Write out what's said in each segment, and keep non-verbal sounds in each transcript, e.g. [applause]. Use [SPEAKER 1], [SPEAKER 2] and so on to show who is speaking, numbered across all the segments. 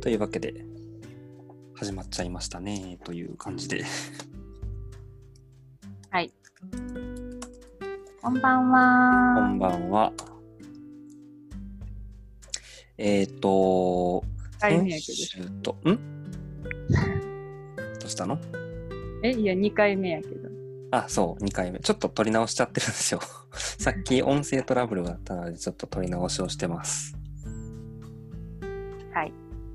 [SPEAKER 1] というわけで、始まっちゃいましたね、という感じで。
[SPEAKER 2] はい。こんばん
[SPEAKER 1] こ
[SPEAKER 2] は。
[SPEAKER 1] んばんは。えっ、ー、と、
[SPEAKER 2] 大変や
[SPEAKER 1] 先
[SPEAKER 2] けど。
[SPEAKER 1] 週と、んどうしたの
[SPEAKER 2] え、いや、2回目やけど。
[SPEAKER 1] あ、そう、2回目。ちょっと撮り直しちゃってるんですよ。 [laughs] さっき音声トラブルがあったので、ちょっと撮り直しをしてます。
[SPEAKER 2] はい。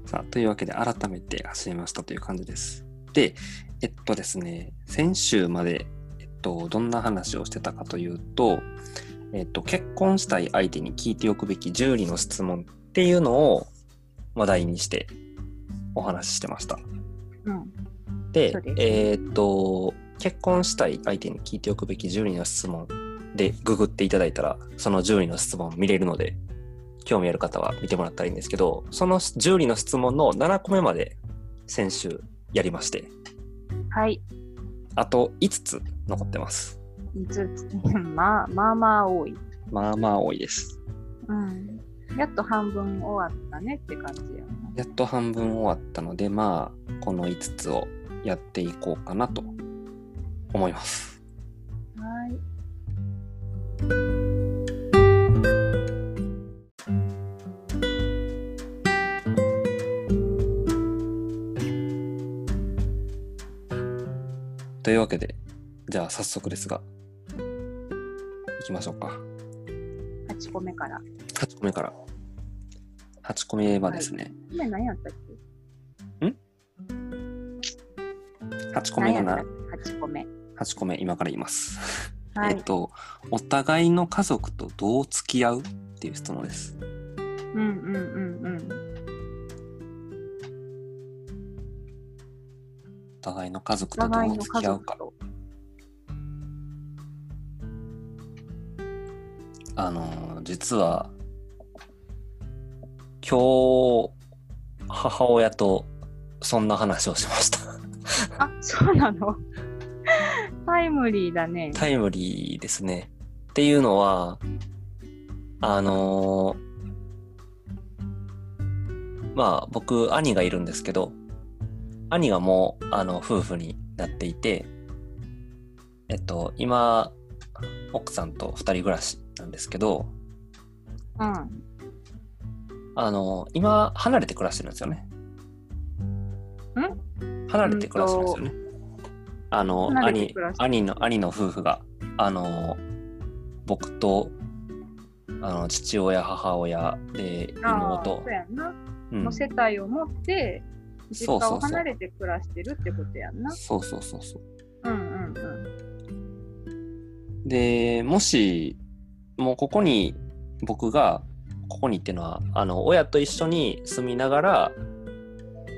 [SPEAKER 1] さあ、というわけで、改めて走りましたという感じです。で、えっとですね、先週まで、えっと、どんな話をしてたかというと、えっと、結婚したい相手に聞いておくべき10理の質問っていうのを話題にしてお話ししてました。
[SPEAKER 2] うん。
[SPEAKER 1] で
[SPEAKER 2] そうです、
[SPEAKER 1] えーっと、結婚したい相手に聞いておくべき10人の質問でググっていただいたら、その10人の質問見れるので、興味ある方は見てもらったらいいんですけど、その10人の質問の7個目まで先週やりまして、
[SPEAKER 2] はい。
[SPEAKER 1] あと5つ残ってます。
[SPEAKER 2] 5つ。 [laughs] まあ、まあまあ多い。
[SPEAKER 1] まあまあ多いです。
[SPEAKER 2] うん。やっと半分終わったねって感じやな。
[SPEAKER 1] やっと半分終わったので、まあ、この5つをやっていこうかなと思います。
[SPEAKER 2] はい。
[SPEAKER 1] というわけで、じゃあ早速ですが、いきましょうか。
[SPEAKER 2] 8個目から。
[SPEAKER 1] 8個目から。8個目はですね、
[SPEAKER 2] これ何やったっけ
[SPEAKER 1] 8個目が
[SPEAKER 2] 何
[SPEAKER 1] な
[SPEAKER 2] やっ、たっけ ?8 個目。
[SPEAKER 1] 8個目、今から言います。
[SPEAKER 2] は
[SPEAKER 1] [laughs] えっ
[SPEAKER 2] い。
[SPEAKER 1] と、お互いの家族とどう付き合うっていう質問です。
[SPEAKER 2] うんうんうんうん。
[SPEAKER 1] お互いの家族
[SPEAKER 2] お
[SPEAKER 1] とど
[SPEAKER 2] 互いうの
[SPEAKER 1] 付
[SPEAKER 2] 家
[SPEAKER 1] き合う
[SPEAKER 2] 族
[SPEAKER 1] か。
[SPEAKER 2] と。
[SPEAKER 1] あのー、実は、今日、母親とそんな話をしました。
[SPEAKER 2] あ、そうなのタイムリーだね。
[SPEAKER 1] タイムリーですね。っていうのは、あのーまあ僕、兄がいるんですけど、兄がもう、あの、夫婦になっていて、えっと、今、奥さんと二人暮らしなんですけど、
[SPEAKER 2] うん。
[SPEAKER 1] あのー今、離れて暮らしてるんですよね。離れて暮らしてるんですよね。あの、
[SPEAKER 2] 離れて
[SPEAKER 1] 兄
[SPEAKER 2] 暮らし、
[SPEAKER 1] 兄の、兄の夫婦が、あの、僕と、あの、父親、母親で、
[SPEAKER 2] ああ、
[SPEAKER 1] 妹
[SPEAKER 2] そう、やんな。
[SPEAKER 1] うん
[SPEAKER 2] の世帯を持って、実
[SPEAKER 1] そう
[SPEAKER 2] 家
[SPEAKER 1] そ
[SPEAKER 2] を
[SPEAKER 1] うそ
[SPEAKER 2] 離
[SPEAKER 1] う。
[SPEAKER 2] れて暮らしてるってことやんな。
[SPEAKER 1] そうそうそうそう。
[SPEAKER 2] うんうんうん。
[SPEAKER 1] で、もし、もうここに、僕が、ここにっていうのは、あの、親と一緒に住みながら、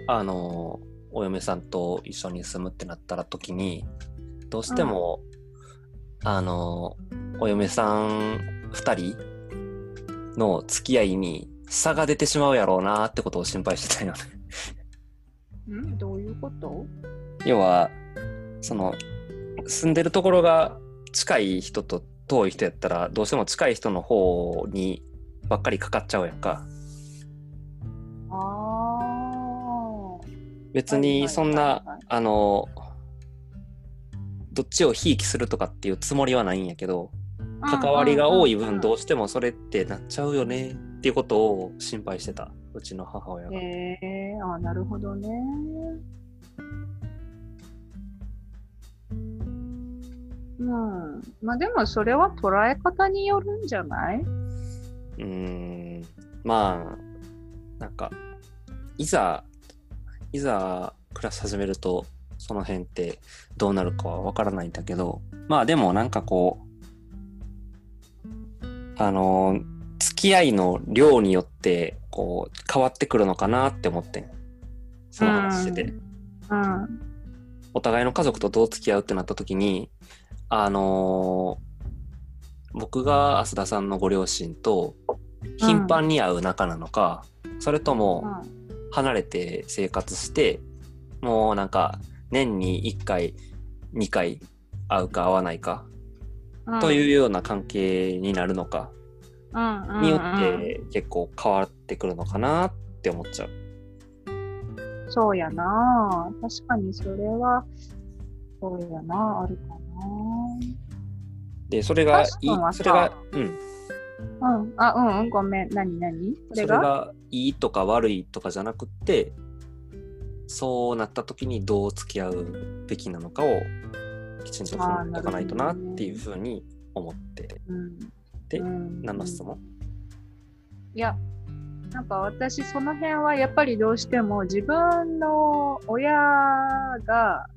[SPEAKER 1] あの、お嫁さんと一緒に住むってなったら時に、どうしても、あの、お嫁さん二人の付き合いに差が出てしまうやろうなってことを心配してたよね。
[SPEAKER 2] んどういうこと
[SPEAKER 1] 要はその住んでるところが近い人と遠い人やったらどうしても近い人の方にばっかりかかっちゃうやんか
[SPEAKER 2] ああ。
[SPEAKER 1] 別にそん
[SPEAKER 2] はい
[SPEAKER 1] な
[SPEAKER 2] はいはいはい
[SPEAKER 1] あのどっちをひいきするとかっていうつもりはないんやけど関わりが多い分どうしてもそれってなっちゃうよねっていうことを心配してたうちの母親
[SPEAKER 2] へ
[SPEAKER 1] が
[SPEAKER 2] えあなるほどね。うん、まあでもそれは捉え方によるんじゃないう
[SPEAKER 1] ーんまあなんかいざいざ暮らし始めるとその辺ってどうなるかはわからないんだけどまあでもなんかこうあの付き合いの量によってこう変わってくるのかなって思ってんその話してて。
[SPEAKER 2] うんうん
[SPEAKER 1] お互いの家族とどう付き合うってなった時にあのー僕が浅田さんのご両親と頻繁に会う仲なのか、それと
[SPEAKER 2] う
[SPEAKER 1] も
[SPEAKER 2] ん
[SPEAKER 1] 離れて生活してもうなんか年に1回2回会うか会わないか
[SPEAKER 2] うん、
[SPEAKER 1] といううような関係になるのかによっ
[SPEAKER 2] んうんうん
[SPEAKER 1] て結構変わってくるのかなって思っちゃう。
[SPEAKER 2] そうやな。確かにそれは、そうやな、あるか
[SPEAKER 1] で、それがい
[SPEAKER 2] 確
[SPEAKER 1] い、
[SPEAKER 2] かに
[SPEAKER 1] それが、うん、
[SPEAKER 2] な。うん、あ、うん、うん、ごめん。なになにそ
[SPEAKER 1] それ
[SPEAKER 2] れが
[SPEAKER 1] がいいとか悪いとかじゃなくって、そうなった時にどう付き合うべきなのかをきちんと考えておかないとなっていうふうに思って、
[SPEAKER 2] うん。
[SPEAKER 1] で
[SPEAKER 2] うん
[SPEAKER 1] 何の質問
[SPEAKER 2] いや、なんか私、その辺はやっぱりどうしても自分の親が、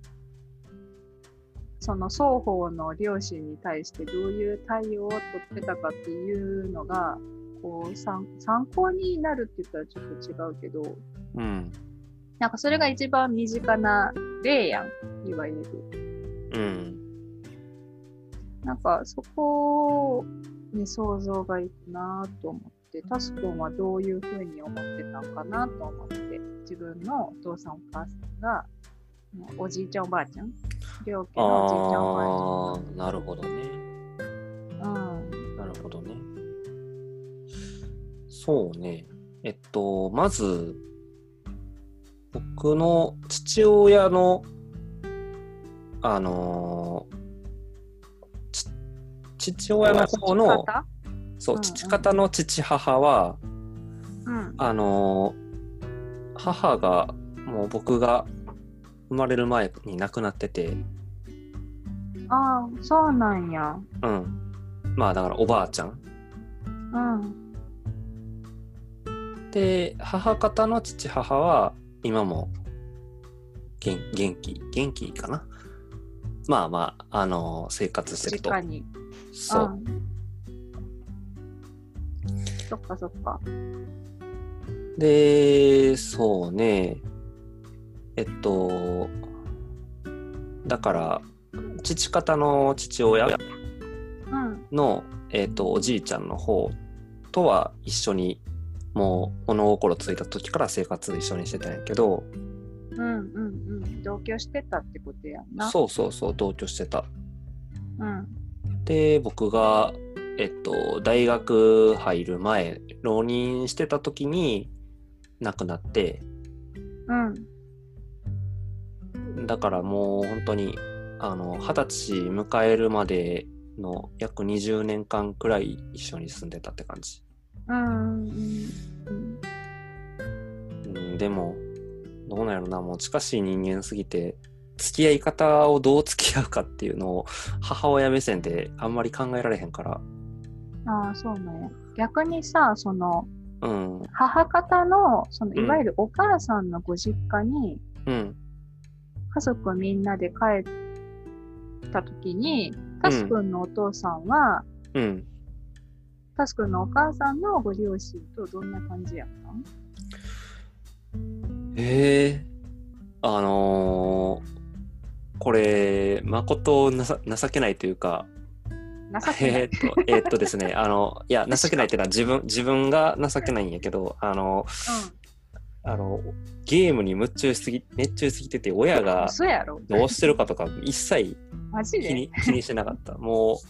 [SPEAKER 2] その双方の両親に対してどういう対応をとってたかっていうのが、こう参参考になるって言ったらちょっと違うけど、
[SPEAKER 1] うん。
[SPEAKER 2] なんかそれが一番身近な例やん、いわゆる。
[SPEAKER 1] うん。
[SPEAKER 2] なんかそこに想像がいくなと思って、タスくんはどういうふうに思ってたのかなと思って、自分のお父さんお母さんが、もうおじいちゃんおばあちゃん両家のおじいちゃんお
[SPEAKER 1] ああ、なるほどね。
[SPEAKER 2] ばあちゃん。
[SPEAKER 1] なるほどね。そうね。えっと、まず、僕の父親の、あのーち父親の方
[SPEAKER 2] うん。
[SPEAKER 1] の、
[SPEAKER 2] 方
[SPEAKER 1] そうう、
[SPEAKER 2] んうん
[SPEAKER 1] 父方の父母は、
[SPEAKER 2] うん。
[SPEAKER 1] あのー母が、もう僕が生まれる前に亡くなってて、
[SPEAKER 2] ああ、そうなんや。
[SPEAKER 1] うん。まあ、だからおばあちゃん。
[SPEAKER 2] うん。
[SPEAKER 1] で母方の父母は今も元元気元気かなまあまああの生活してると
[SPEAKER 2] 直に。。
[SPEAKER 1] そううん
[SPEAKER 2] そっかそっか。
[SPEAKER 1] でそうねえっとだから父方の父親
[SPEAKER 2] うん。
[SPEAKER 1] の、えっとおじいちゃんの方とは一緒にもう物心ついた時から生活一緒にしてたんやけど
[SPEAKER 2] うんうんうん。同居してたってことやんな。
[SPEAKER 1] そうそうそう同居してた
[SPEAKER 2] うん。
[SPEAKER 1] で僕が、えっと、大学入る前浪人してた時に亡くなって
[SPEAKER 2] うん。
[SPEAKER 1] だからもう本当にあの二十歳迎えるまでの約20年間くらい一緒に住んでたって感じ、
[SPEAKER 2] うんうんうん
[SPEAKER 1] うん、でもどうなんやろなもう近しい人間すぎて付き合い方をどう付き合うかっていうのを母親目線であんまり考えられへんから
[SPEAKER 2] うん。ああ、そうなんや。逆にさ、その、
[SPEAKER 1] うん
[SPEAKER 2] 母方の、その、
[SPEAKER 1] うん
[SPEAKER 2] いわゆるお母さんのご実家に、
[SPEAKER 1] うん
[SPEAKER 2] 家族みんなで帰った時に、タスくんのお父さんは、
[SPEAKER 1] うん
[SPEAKER 2] タスくんのお母さんのご両親とどんな感じやったん
[SPEAKER 1] へえあのーこれ誠なさ情けないというか
[SPEAKER 2] 情けな
[SPEAKER 1] えー
[SPEAKER 2] い。
[SPEAKER 1] っとえーっとです
[SPEAKER 2] [laughs]
[SPEAKER 1] ねあのいや情けないっていうのは自分自分が情けないんやけどあのあのゲームに夢中しすぎ熱中しすぎてて親
[SPEAKER 2] うん。
[SPEAKER 1] が
[SPEAKER 2] 嘘やろ
[SPEAKER 1] どうしてるかとか一切
[SPEAKER 2] マジ
[SPEAKER 1] 気
[SPEAKER 2] で
[SPEAKER 1] に気にしてなかったも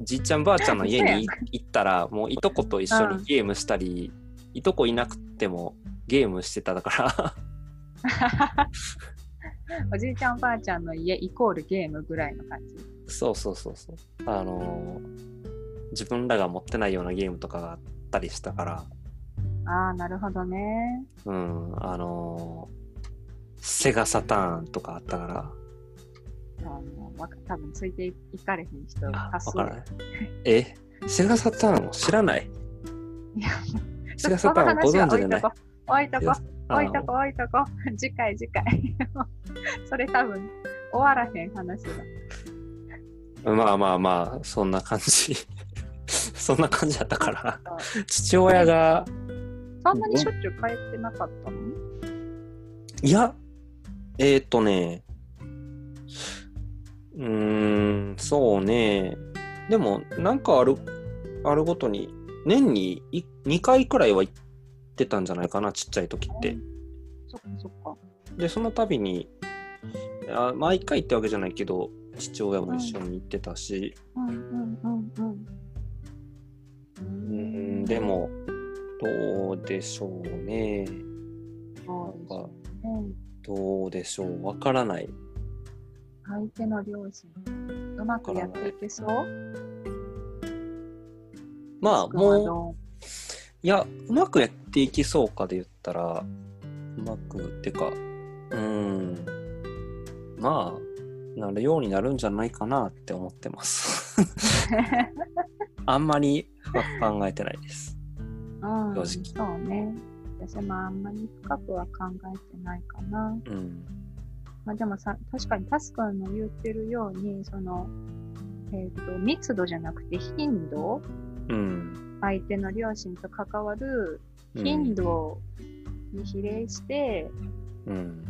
[SPEAKER 1] うじいちゃんばあちゃんの家に行ったらもういとこと一緒にゲームしたり、いとこいなくてもゲームしてただから
[SPEAKER 2] [laughs] おじいちゃんおばあちゃんの家イコールゲームぐらいの感じ。
[SPEAKER 1] そうそうそうそう。あのー自分らが持ってないようなゲームとかがあったりしたから、
[SPEAKER 2] ああ、なるほどね。
[SPEAKER 1] うん、あのーセガサターンとかあったから、
[SPEAKER 2] あのわか多分ついていかれへん人
[SPEAKER 1] あ、
[SPEAKER 2] 多
[SPEAKER 1] わ
[SPEAKER 2] 数
[SPEAKER 1] からない。え、セガサターンを知らない
[SPEAKER 2] いや
[SPEAKER 1] セガサターンをご存知じゃない
[SPEAKER 2] ちょっとこの話は置いとこ
[SPEAKER 1] あ
[SPEAKER 2] 置いとこ置いとこ置いとこ [laughs] 次回次回それ多分終わらへん話だ
[SPEAKER 1] まあまあまあ、そんな感じ。 [laughs] そんな感じだったから、
[SPEAKER 2] そ
[SPEAKER 1] 父親が、
[SPEAKER 2] んなにしょっちゅう帰ってなかったの
[SPEAKER 1] いや、えーっ、とね、うーん、そうね。でも、なんかある、あるごとに、年にい2回くらいは行ってたんじゃないかな、ちっちゃい時って。
[SPEAKER 2] そっかそっか
[SPEAKER 1] で、その度に、あ毎回ってわけじゃないけど、父親も一緒に行ってたし、
[SPEAKER 2] うんうんうんうん
[SPEAKER 1] うーん、でも、どうでしょうね。
[SPEAKER 2] そう
[SPEAKER 1] か
[SPEAKER 2] うん、
[SPEAKER 1] どうでしょうわからない
[SPEAKER 2] 相手の両親、うまくやっていけそう
[SPEAKER 1] まあ
[SPEAKER 2] 僕は
[SPEAKER 1] もう
[SPEAKER 2] ど
[SPEAKER 1] いやうまくやっていきそうかで言ったらうまくってかうーんまあなるようになるんじゃないかなって思ってます [laughs] あんまり深く考えてないです
[SPEAKER 2] [laughs] ううん、
[SPEAKER 1] 正
[SPEAKER 2] そうね。私もあんまり深くは考えてないかな。
[SPEAKER 1] うん
[SPEAKER 2] まあでもさ、確かにタス君の言ってるように、その、えっ、と、密度じゃなくて頻度
[SPEAKER 1] うん
[SPEAKER 2] 相手の両親と関わる
[SPEAKER 1] うん
[SPEAKER 2] 頻度に比例して、
[SPEAKER 1] うん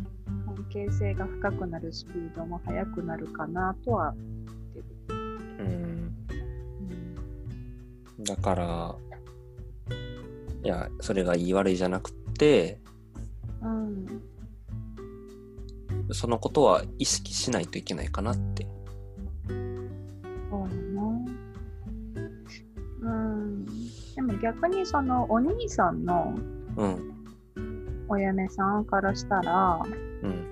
[SPEAKER 2] 関係性が深くなるスピードも速くなるかなとは、
[SPEAKER 1] うん
[SPEAKER 2] うん、
[SPEAKER 1] だからいやそれが言い悪いじゃなくて
[SPEAKER 2] うん、
[SPEAKER 1] そのことは意識しないといけないかなって
[SPEAKER 2] そうだな。うん。でも逆にそのお兄さんの
[SPEAKER 1] うん
[SPEAKER 2] お嫁さんからしたら、
[SPEAKER 1] うん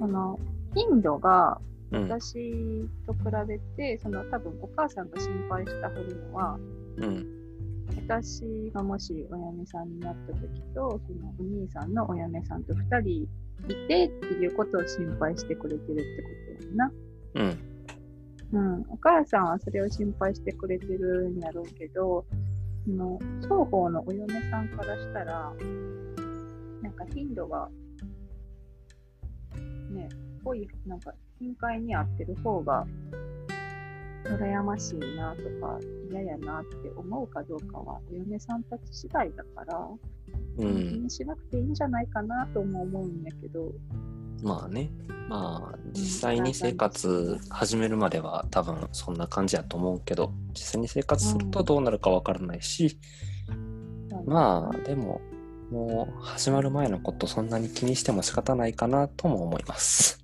[SPEAKER 2] その頻度が
[SPEAKER 1] うん
[SPEAKER 2] 私と比べて、その多分お母さんが心配した振るのは、
[SPEAKER 1] うん
[SPEAKER 2] 私がもしお嫁さんになった時と、そのお兄さんのお嫁さんと2人いてっていうことを心配してくれてるってことやんな。
[SPEAKER 1] うん
[SPEAKER 2] うん、お母さんはそれを心配してくれてるんやろうけど、その双方のお嫁さんからしたら、なんか頻度が、ね、濃い、なんか、頻回に合ってる方が、羨ましいなとか、嫌やなって思うかどうかは、お嫁さんたち次第だから、
[SPEAKER 1] う
[SPEAKER 2] 気
[SPEAKER 1] ん
[SPEAKER 2] にしなくていいんじゃないかなとも思うんやけど、
[SPEAKER 1] まあねまあ実際に生活始めるまでは多分そんな感じやと思うけど実際に生活するとどうなるかわからないし、まあでももう始まる前のことそんなに気にしても仕方ないかなとも思います。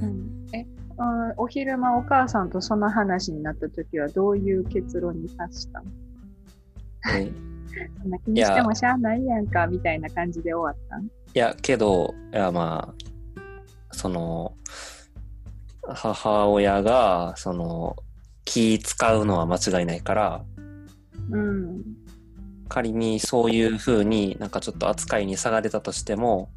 [SPEAKER 2] うんえ、うん、お昼間お母さんとその話になった時はどういう結論に達したの
[SPEAKER 1] ね
[SPEAKER 2] そんな気にしてもしゃあないやんかみたいな感じで終わったん
[SPEAKER 1] いや、けど、いや、まあ、その、母親が、その、気使うのは間違いないから、
[SPEAKER 2] うん。
[SPEAKER 1] 仮にそういう風になんかちょっと扱いに差が出たとしても、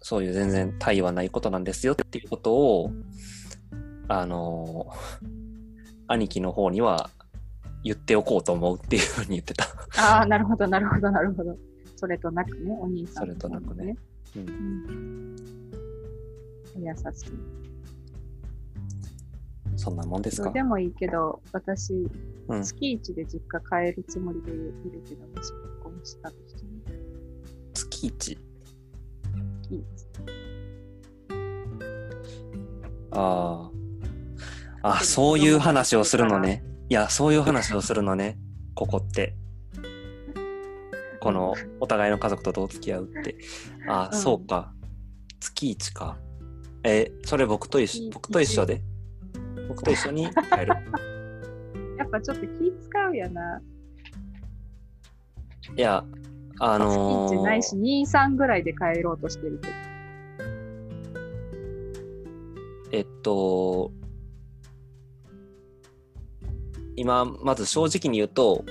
[SPEAKER 1] そういう全然対はないことなんですよっていうことを、あの、兄貴の方には言っておこうと思うっていう風に言ってた。
[SPEAKER 2] ああ、
[SPEAKER 1] [laughs]
[SPEAKER 2] なるほど、なるほど、なるほど。それとなくね、お兄さん、
[SPEAKER 1] それとなくね。う
[SPEAKER 2] うんん。優しい。
[SPEAKER 1] そんなもんです
[SPEAKER 2] ど
[SPEAKER 1] か
[SPEAKER 2] うでもいいけど、私、
[SPEAKER 1] うん
[SPEAKER 2] 月一で実家帰るつもりでいるけど、もし結婚したとしても、
[SPEAKER 1] 月一
[SPEAKER 2] 月一。
[SPEAKER 1] ああ。あ、そういう話をするのね。いや、そういう話をするのね。ここって。この、お互いの家族とどう付き合うって。あ、
[SPEAKER 2] うん
[SPEAKER 1] そうか。月一か。え、それ僕と一
[SPEAKER 2] 月
[SPEAKER 1] 緒、
[SPEAKER 2] 一
[SPEAKER 1] 僕と一緒で。僕と一緒に帰る。
[SPEAKER 2] [laughs] やっぱちょっと気使うやな。
[SPEAKER 1] いや、あの
[SPEAKER 2] 月一ないし、
[SPEAKER 1] ー、
[SPEAKER 2] 2、3ぐらいで帰ろうとしてるけど。
[SPEAKER 1] えっと、今、まず正直に言うと、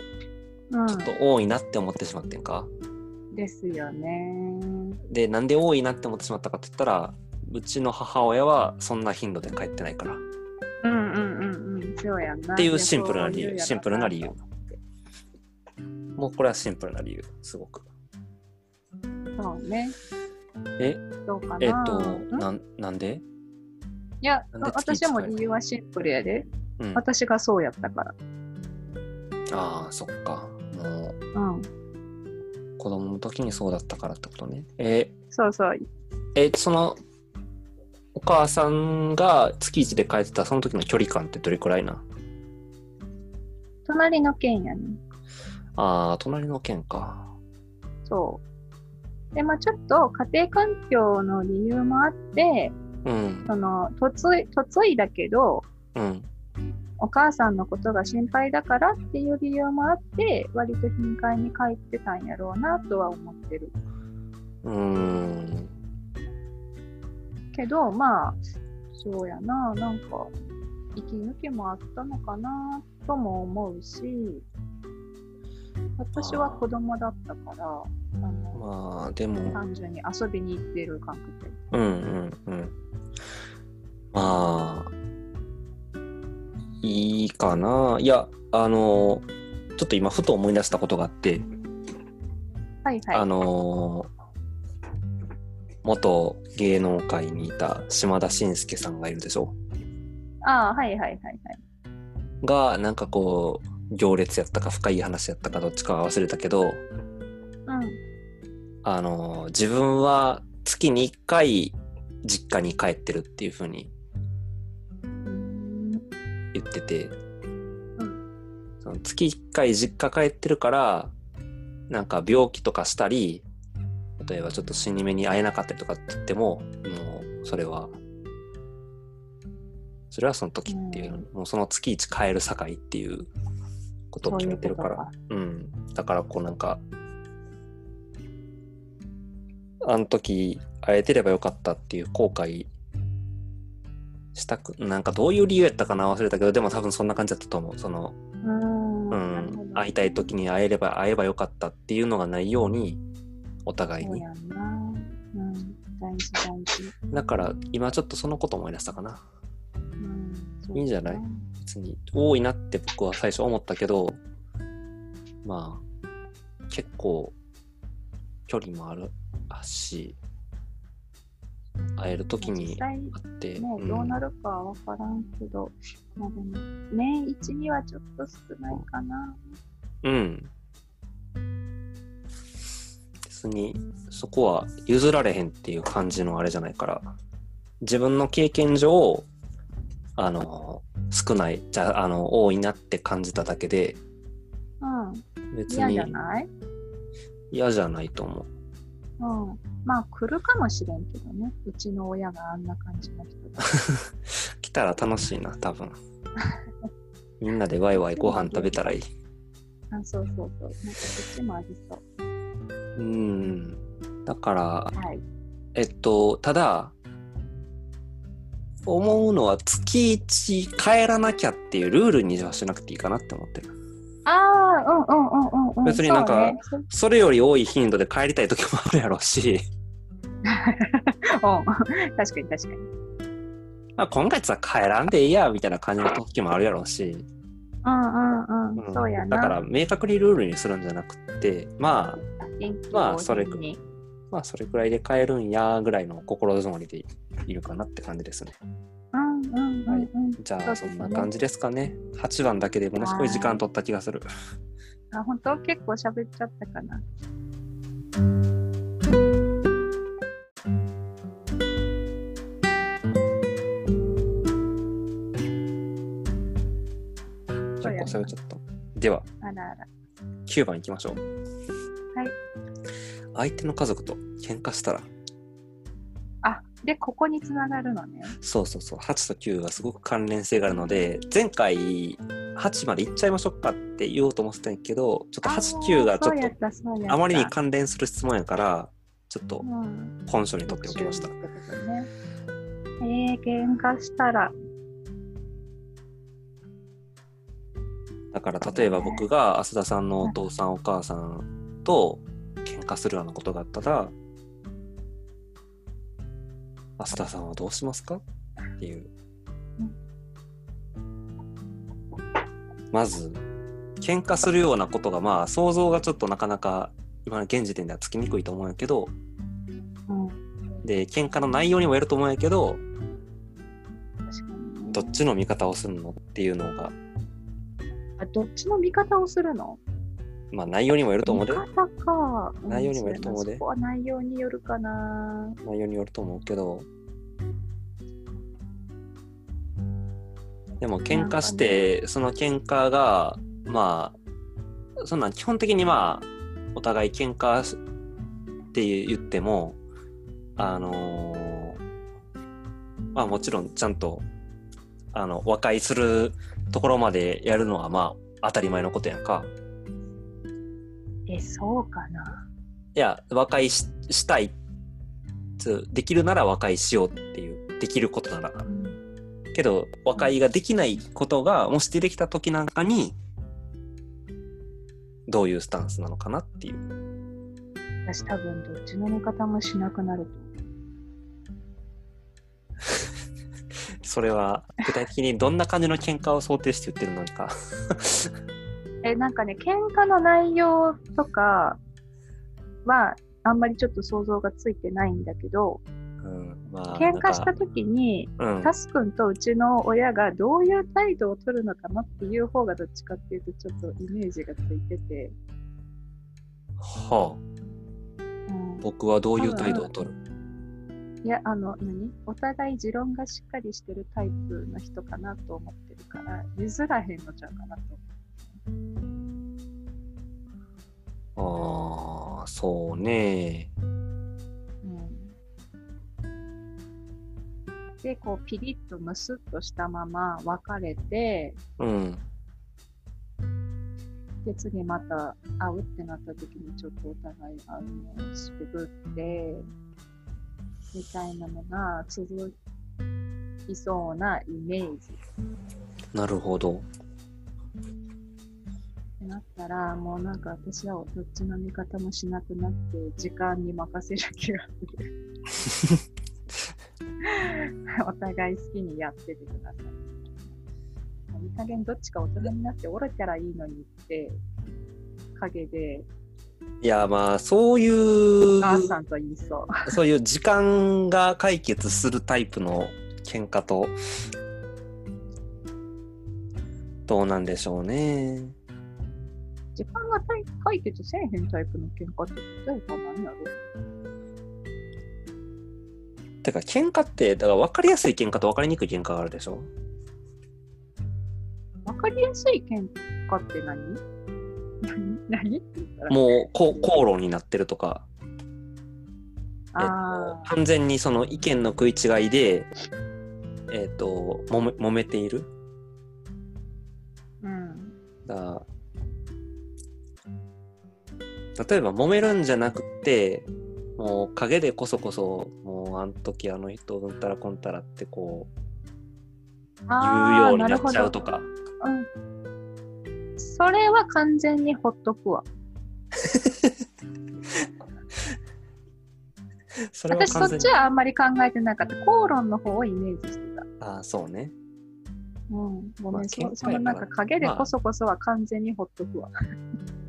[SPEAKER 2] うん
[SPEAKER 1] ちょっと多いなって思ってしまってんか。
[SPEAKER 2] ですよね。
[SPEAKER 1] でなんで多いなって思ってしまったかって言ったらうちの母親はそんな頻度で帰ってないからっ
[SPEAKER 2] うんうんうんうん。そうやんな。
[SPEAKER 1] ていうシンプルな理
[SPEAKER 2] そういう
[SPEAKER 1] 由
[SPEAKER 2] や
[SPEAKER 1] シンプルな理由。もうこれはシンプルな理由すごく
[SPEAKER 2] そうね。
[SPEAKER 1] え
[SPEAKER 2] どうかな。
[SPEAKER 1] えっと
[SPEAKER 2] ん
[SPEAKER 1] なんなんで
[SPEAKER 2] いや、
[SPEAKER 1] なんで月一
[SPEAKER 2] 私はもう理由はシンプルやで。
[SPEAKER 1] うんあ
[SPEAKER 2] 私がそうやったから。
[SPEAKER 1] あーそっかも
[SPEAKER 2] うん。
[SPEAKER 1] う子供の時にそうだったからってことねえ
[SPEAKER 2] そうそう。
[SPEAKER 1] えそのお母さんが月一で帰ってたその時の距離感ってどれくらいな
[SPEAKER 2] 隣の県やね。
[SPEAKER 1] ああ隣の県か
[SPEAKER 2] そう。で、まあちょっと家庭環境の理由もあって、
[SPEAKER 1] うん
[SPEAKER 2] その、嫁い、嫁いだけど、
[SPEAKER 1] うん
[SPEAKER 2] お母さんのことが心配だからっていう理由もあって、割と頻回に帰ってたんやろうなとは思ってる。
[SPEAKER 1] うーん。
[SPEAKER 2] けど、まあ、そうやな、なんか、息抜きもあったのかなとも思うし、私は子供だったから、あの
[SPEAKER 1] まあ、でも、
[SPEAKER 2] 単純に遊びに行ってる感覚
[SPEAKER 1] うんうんうん。まあ、いいかな。いや、あの、ちょっと今、ふと思い出したことがあって、
[SPEAKER 2] はい
[SPEAKER 1] あ
[SPEAKER 2] はい。
[SPEAKER 1] の元芸能界にいた島田紳介さんがいるでしょ
[SPEAKER 2] ああ、はいはいはいはい。
[SPEAKER 1] がなんかこう行列やったか深い話やったかどっちかは忘れたけど、
[SPEAKER 2] うん。
[SPEAKER 1] あの自分は月に1回実家に帰ってるっていう風に
[SPEAKER 2] うん
[SPEAKER 1] 言ってて、
[SPEAKER 2] ん
[SPEAKER 1] その月1回実家帰ってるからなんか病気とかしたり例えばちょっと死に目に会えなかったりとかって言ってももうそれはそれはその時っていうのに、もうその月1帰る境っていうことを決めてるから
[SPEAKER 2] そういうこ
[SPEAKER 1] うん、だからこうなんかあの時会えてればよかったっていう後悔したくなんかどういう理由やったかな忘れたけどでも多分そんな感じだったと思うその、
[SPEAKER 2] とかうん
[SPEAKER 1] う
[SPEAKER 2] なるほ
[SPEAKER 1] ん
[SPEAKER 2] ど、
[SPEAKER 1] 会いたい時に会えれば会えばよかったっていうのがないようにお互い
[SPEAKER 2] そう
[SPEAKER 1] に
[SPEAKER 2] やんな。うん。大事大事。
[SPEAKER 1] だから今ちょっとそのこと思い出したかな
[SPEAKER 2] うん。そうだ
[SPEAKER 1] いいんじゃない別に多いなって僕は最初思ったけどまあ結構距離もあるし会える時
[SPEAKER 2] 実
[SPEAKER 1] に
[SPEAKER 2] 際
[SPEAKER 1] 会って、
[SPEAKER 2] ね、どうなるかは分からんけど、まあでも、年一にはちょっと少ないかな。
[SPEAKER 1] うん、うん別にそこは譲られへんっていう感じのあれじゃないから自分の経験上あの少ないじゃああの多いなって感じただけで
[SPEAKER 2] うん。
[SPEAKER 1] 別
[SPEAKER 2] 嫌
[SPEAKER 1] に
[SPEAKER 2] じゃない
[SPEAKER 1] 嫌じゃないと思う
[SPEAKER 2] うん。まあ、来るかもしれんけどね。うちの親があんな感じの [laughs] 人だ。
[SPEAKER 1] 来たら楽しいな多分みんなでワイワイご飯食べたらいい
[SPEAKER 2] あそうそうそう。なんか、うちもありそ
[SPEAKER 1] う
[SPEAKER 2] う。
[SPEAKER 1] んだから
[SPEAKER 2] はい。
[SPEAKER 1] えっとただ思うのは月一帰らなきゃっていうルールにはしなくていいかなって思ってる
[SPEAKER 2] ああ、うんうんうんうんうん。
[SPEAKER 1] 別になんか
[SPEAKER 2] そうねそう
[SPEAKER 1] それより多い頻度で帰りたい時もあるやろうし [laughs]
[SPEAKER 2] うん確かに確かに。
[SPEAKER 1] あ今月は帰らんでいいやみたいな感じの時もあるやろうし、
[SPEAKER 2] うんうん
[SPEAKER 1] う
[SPEAKER 2] うん。
[SPEAKER 1] ん
[SPEAKER 2] そうやな。
[SPEAKER 1] だから、明確にルールにするんじゃなくてまあまあそれ
[SPEAKER 2] に。
[SPEAKER 1] まあそれくらいで帰るんやぐらいの心づもりでいるかなって感じですね
[SPEAKER 2] うんうんうんうん。
[SPEAKER 1] じゃ
[SPEAKER 2] そう
[SPEAKER 1] あ
[SPEAKER 2] です
[SPEAKER 1] そ
[SPEAKER 2] ね
[SPEAKER 1] んな感じですかね。8番だけでものすごい時間取った気がする。
[SPEAKER 2] あ、本当結構喋っちゃったかな。
[SPEAKER 1] 結構
[SPEAKER 2] そうやな
[SPEAKER 1] 喋っちゃった。では
[SPEAKER 2] あらあら。
[SPEAKER 1] 9番いきましょう。
[SPEAKER 2] はい。
[SPEAKER 1] 相手の家族と喧嘩したら、
[SPEAKER 2] あ、で、ここに繋がるのね。
[SPEAKER 1] そうそうそう、8と9がすごく関連性があるので、前回8まで行っちゃいましょうかって言おうと思ってたんやけど、ちょっと8、9がちょっと
[SPEAKER 2] と
[SPEAKER 1] あまりに関連する質問やから、ちょっと
[SPEAKER 2] うん、
[SPEAKER 1] 本書に取っておきました
[SPEAKER 2] 注。意ってことねえー、喧嘩したら、
[SPEAKER 1] だから例えば僕が浅田さんのお父さんお母さんと喧嘩するようなことがあったら浅田さんはどうしますかっていう
[SPEAKER 2] うん
[SPEAKER 1] まず喧嘩するようなことがまあ想像がちょっとなかなか今の現時点ではつきにくいと思うんやけど
[SPEAKER 2] うん、
[SPEAKER 1] で喧嘩の内容にもよると思うんやけど
[SPEAKER 2] 確かに、ね
[SPEAKER 1] どっちの見方をするのっていうのが
[SPEAKER 2] あ。どっちの味方をするの
[SPEAKER 1] まあ内容にもよると思う
[SPEAKER 2] 味
[SPEAKER 1] で
[SPEAKER 2] 方か。うん
[SPEAKER 1] 内容にもよると思うで
[SPEAKER 2] それはそこは内容によるかな。
[SPEAKER 1] 内容によると思うけどでも喧嘩して、その喧嘩がまあそんなん基本的にまあお互い喧嘩しって言ってもあのーまあもちろんちゃんとあの和解するところまでやるのはまあ当たり前のことやんか。
[SPEAKER 2] え、そうかな。
[SPEAKER 1] いや和解ししたいっそうできるなら和解しようっていうできることなら
[SPEAKER 2] うん
[SPEAKER 1] けど和解ができないことがもし出てきた時なんかにどういうスタンスなのかなっていう
[SPEAKER 2] 私多分どっちの味方もしなくなると思う。
[SPEAKER 1] それは具体的にどんな感じの喧嘩を想定して言ってるのか [laughs]
[SPEAKER 2] え、なんかね、喧嘩の内容とかは、あんまりちょっと想像がついてないんだけど、
[SPEAKER 1] うんまあ
[SPEAKER 2] 喧嘩し
[SPEAKER 1] な
[SPEAKER 2] た
[SPEAKER 1] んか
[SPEAKER 2] 時に、
[SPEAKER 1] うん
[SPEAKER 2] タス君とうちの親がどういう態度を取るのかなっていう方がどっちかっていうとちょっとイメージがついてて、
[SPEAKER 1] は
[SPEAKER 2] うん
[SPEAKER 1] あ、僕はどういう態度をとる
[SPEAKER 2] いやあの何お互い持論がしっかりしてるタイプの人かなと思ってるから譲らへんのちゃうかなと
[SPEAKER 1] ああそうね
[SPEAKER 2] 思う、うん、でこうピリッとムスッとしたまま別れて
[SPEAKER 1] うん
[SPEAKER 2] で次また会うってなった時にちょっとお互いあの渋ってみたいなのが続きそうなイメージ
[SPEAKER 1] なるほど
[SPEAKER 2] ってなったらもうなんか私はどっちの味方もしなくなって時間に任せる気がするお互い好きにやっててくださいいい加減どっちか大人になって折れたらいいのにって陰で
[SPEAKER 1] いやまあそういう
[SPEAKER 2] お母さんと言いそう
[SPEAKER 1] そういう時間が解決するタイプの喧嘩とどうなんでしょうね。
[SPEAKER 2] 時間が対解決せえへんタイプの喧嘩って例えば何やろ
[SPEAKER 1] てか喧嘩ってだから分かりやすい喧嘩と分かりにくい喧嘩があるでしょ
[SPEAKER 2] 分かりやすい喧嘩って何 [laughs] 何何って言ったら
[SPEAKER 1] もうこう口論になってるとか、えっ
[SPEAKER 2] あ
[SPEAKER 1] と、完全にその意見の食い違いで、えっと、もめ揉めている
[SPEAKER 2] ーうん
[SPEAKER 1] だから例えば揉めるんじゃなくてもう陰でこそこそもうあの時あの人うんたらこんたらってこう言うようになっちゃうとか
[SPEAKER 2] うんそれは完全にほっとくわ。
[SPEAKER 1] それは
[SPEAKER 2] 私そ
[SPEAKER 1] 完
[SPEAKER 2] っ
[SPEAKER 1] 全
[SPEAKER 2] ち
[SPEAKER 1] に
[SPEAKER 2] はあんまり考えてなかった。口論の方をイメージしてた。
[SPEAKER 1] ああそうね
[SPEAKER 2] うん、ご
[SPEAKER 1] まあ
[SPEAKER 2] めん、そ
[SPEAKER 1] 喧嘩やから
[SPEAKER 2] そのなんか影でこそこそは完全にほっとくわ。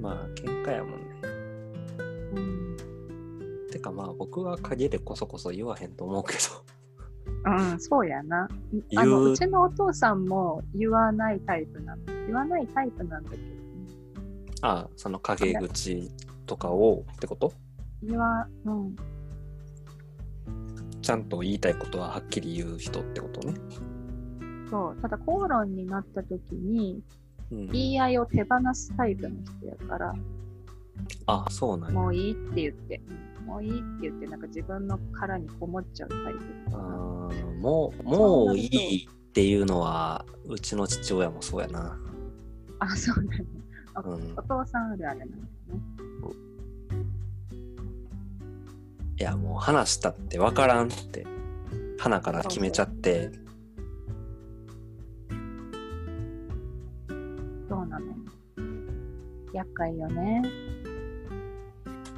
[SPEAKER 1] まあ喧嘩やもんね
[SPEAKER 2] うん、
[SPEAKER 1] てかまあ僕は陰でこそこそ言わへんと思うけど [laughs]
[SPEAKER 2] うん、そうやな。
[SPEAKER 1] 言う
[SPEAKER 2] あのうちのお父さんも言わないタイプなんだ。言わないタイプなんだけど、
[SPEAKER 1] ああその陰口とかをってこと
[SPEAKER 2] 言わ、うん、
[SPEAKER 1] ちゃんと言いたいことははっきり言う人ってことね、
[SPEAKER 2] そう。ただ口論になった時に
[SPEAKER 1] うん、
[SPEAKER 2] 言い合いを手放すタイプの人やから、
[SPEAKER 1] ああそうなんや
[SPEAKER 2] もういいって言って、もういいって言って、なんか自分の殻にこもっちゃうタイプ
[SPEAKER 1] あーもうもういいっていうのはうちの父親もそうやな、
[SPEAKER 2] あ、そうなの。
[SPEAKER 1] うん
[SPEAKER 2] お、父さんあるあるなのね。
[SPEAKER 1] いやもう話したって分からんって花から決めちゃって
[SPEAKER 2] そうなのよ。厄介よね。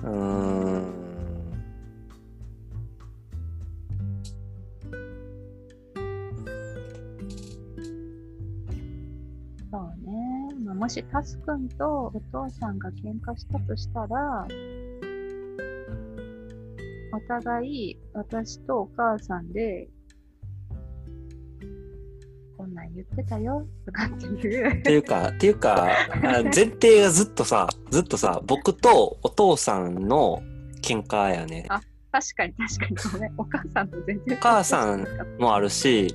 [SPEAKER 1] うーん
[SPEAKER 2] そうね。まあ、もしタスくんとお父さんが喧嘩したとしたら、お互い私とお母さんで、こんなん言ってたよとかっていう
[SPEAKER 1] っ。ていうかっていうかあ前提がずっとさずっとさ僕とお父さんの喧嘩やね
[SPEAKER 2] 確かに確かにごめん。お母さんと全然。
[SPEAKER 1] お母さんもあるし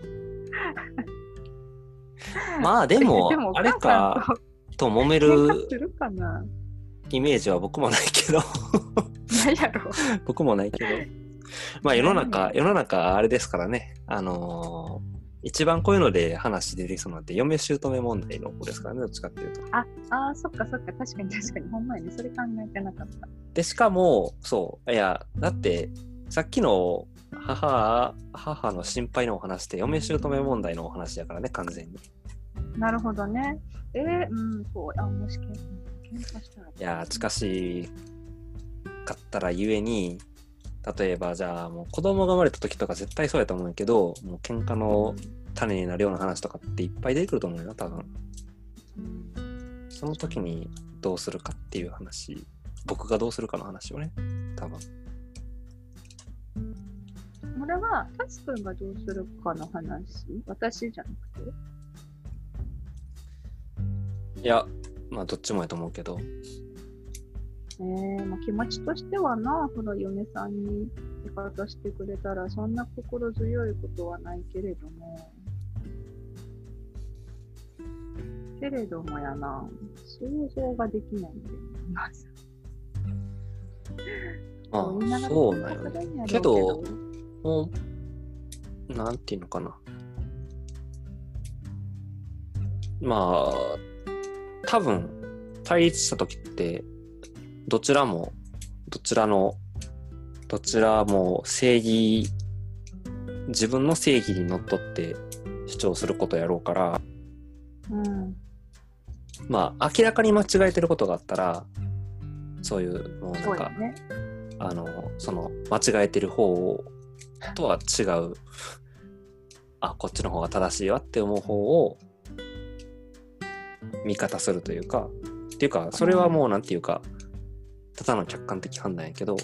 [SPEAKER 1] まあでも
[SPEAKER 2] [laughs] でもお
[SPEAKER 1] あれ
[SPEAKER 2] 母さん
[SPEAKER 1] か
[SPEAKER 2] と
[SPEAKER 1] と揉め
[SPEAKER 2] 喧嘩
[SPEAKER 1] る
[SPEAKER 2] するかな
[SPEAKER 1] イメージは僕もないけど
[SPEAKER 2] ないやろ。
[SPEAKER 1] 僕もないけど。まあ世の中、世の中あれですからね。あのー一番こういうので話出てきそうなんて、嫁姑問題の方ですからね、どっちかっていうと。
[SPEAKER 2] あ、あーそっかそっか、確かに確かに、ほんまやね、それ考えてなかった。
[SPEAKER 1] で、しかも、そう、いや、だって、さっきの母は、母の心配のお話で、嫁姑問題のお話やからね、完全に。
[SPEAKER 2] なるほどね。えー、うん、そう、あ、もし喧嘩したら。
[SPEAKER 1] いやー、近しかったらゆえに、例えばじゃあもう子供が生まれた時とか絶対そうやと思うんやけど、もう喧嘩の種になるような話とかっていっぱい出てくると思うよ、多分。
[SPEAKER 2] うん
[SPEAKER 1] その時にどうするかっていう話、僕がどうするかの話をね、多分。
[SPEAKER 2] これは、タス君がどうするかの話私じゃなくて
[SPEAKER 1] いや、まあどっちもやと思うけど、
[SPEAKER 2] えーまあ、気持ちとしてはな、その嫁さんに味方してくれたら、そんな心強いことはないけれども。けれどもやな、想像ができないんだよねまず
[SPEAKER 1] ま
[SPEAKER 2] みんな
[SPEAKER 1] あ
[SPEAKER 2] が
[SPEAKER 1] そうなんよね。
[SPEAKER 2] みんなが
[SPEAKER 1] け
[SPEAKER 2] 言うんや
[SPEAKER 1] ど
[SPEAKER 2] ろうけど、
[SPEAKER 1] もう、なんていうのかな。まあ、多分、対立した時って、どちらも、どちらの、どちらも正義、自分の正義にのっとって主張することやろうから、
[SPEAKER 2] うん。
[SPEAKER 1] まあ、明らかに間違えてることがあったら、そういう、もうな
[SPEAKER 2] そ
[SPEAKER 1] ん
[SPEAKER 2] う
[SPEAKER 1] か
[SPEAKER 2] だ、ね。
[SPEAKER 1] あのその間違えてる方とは違うあこっちの方が正しいわって思う方を味方するというかっていうかそれはもうなんていうかただの客観的判断やけどこ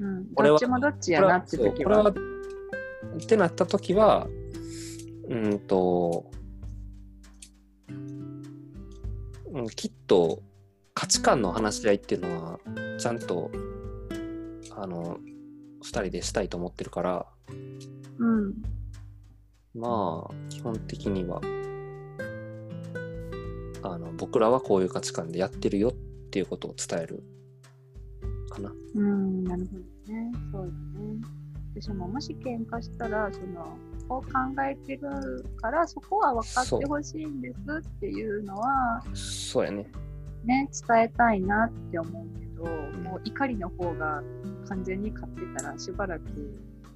[SPEAKER 2] うん。
[SPEAKER 1] これ
[SPEAKER 2] ど
[SPEAKER 1] は
[SPEAKER 2] っちもどっち
[SPEAKER 1] れ
[SPEAKER 2] やな
[SPEAKER 1] は
[SPEAKER 2] って
[SPEAKER 1] そう
[SPEAKER 2] 時
[SPEAKER 1] これは
[SPEAKER 2] は。
[SPEAKER 1] ってなった時はうんと、うん、きっと価値観の話し合いっていうのはちゃんとあの2人でしたいと思ってるから
[SPEAKER 2] うん。
[SPEAKER 1] まあ基本的にはあの僕らはこういう価値観でやってるよっていうことを伝えるかな。
[SPEAKER 2] うん、なるほどね。そうだね。私ももし喧嘩したら、その、を考えてるから、そこは分かってほしいんですっていうのは、
[SPEAKER 1] そうやね。
[SPEAKER 2] ね、伝えたいなって思うけど、
[SPEAKER 1] ん
[SPEAKER 2] もう怒りの方が完全に勝ってたら、しばらく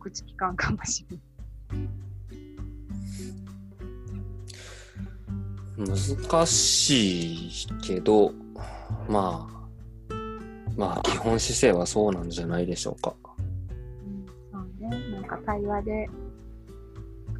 [SPEAKER 2] 口きかんかもしれない。
[SPEAKER 1] 難しいけどまあまあ基本姿勢はそうなんじゃないでしょうか。
[SPEAKER 2] うん、そうね。なんか対話で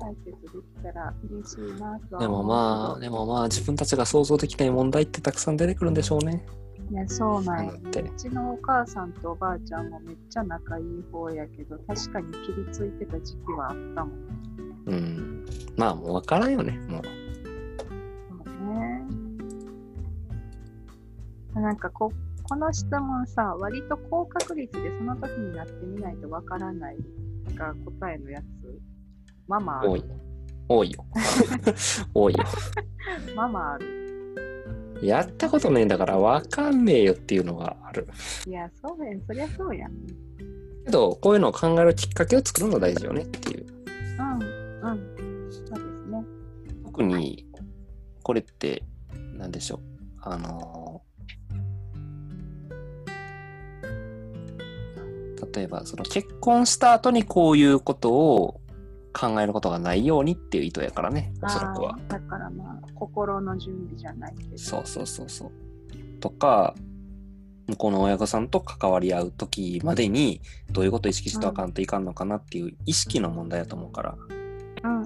[SPEAKER 2] 解決できたら嬉しいなとは思うけど。
[SPEAKER 1] でもまあ、でもまあ、自分たちが想像できない問題ってたくさん出てくるんでしょうね。
[SPEAKER 2] ね、そうなんや
[SPEAKER 1] あのって
[SPEAKER 2] うちのお母さんとおばあちゃんもめっちゃ仲いい方やけど、確かに切りついてた時期はあったもんね。
[SPEAKER 1] うん。まあ、もう分からんよね、もう。
[SPEAKER 2] なんかこ、この質問さ、割と高確率でその時になってみないとわからないが答えのやつ。ママあ
[SPEAKER 1] 多
[SPEAKER 2] る
[SPEAKER 1] い。。多いよ。 [laughs] 多いよ。
[SPEAKER 2] ママある。
[SPEAKER 1] やったことねえんだから分かんねえよっていうのがある。
[SPEAKER 2] いや、そうやん、そりゃそうやん。
[SPEAKER 1] けど、こういうのを考えるきっかけを作るのが大事よねっていう。
[SPEAKER 2] うん、うん。そうですね。
[SPEAKER 1] 特に、これって、なんでしょう。あのー例えば、その結婚した後にこういうことを考えることがないようにっていう意図やからね、おそらくは
[SPEAKER 2] あ。ーだからまあ、心の準備じゃないけど。
[SPEAKER 1] そうそうそうそう。とか、向こうの親御さんと関わり合う時までに、どういうことを意識してあかんといかんのかなっていう意識の問題だと思うから、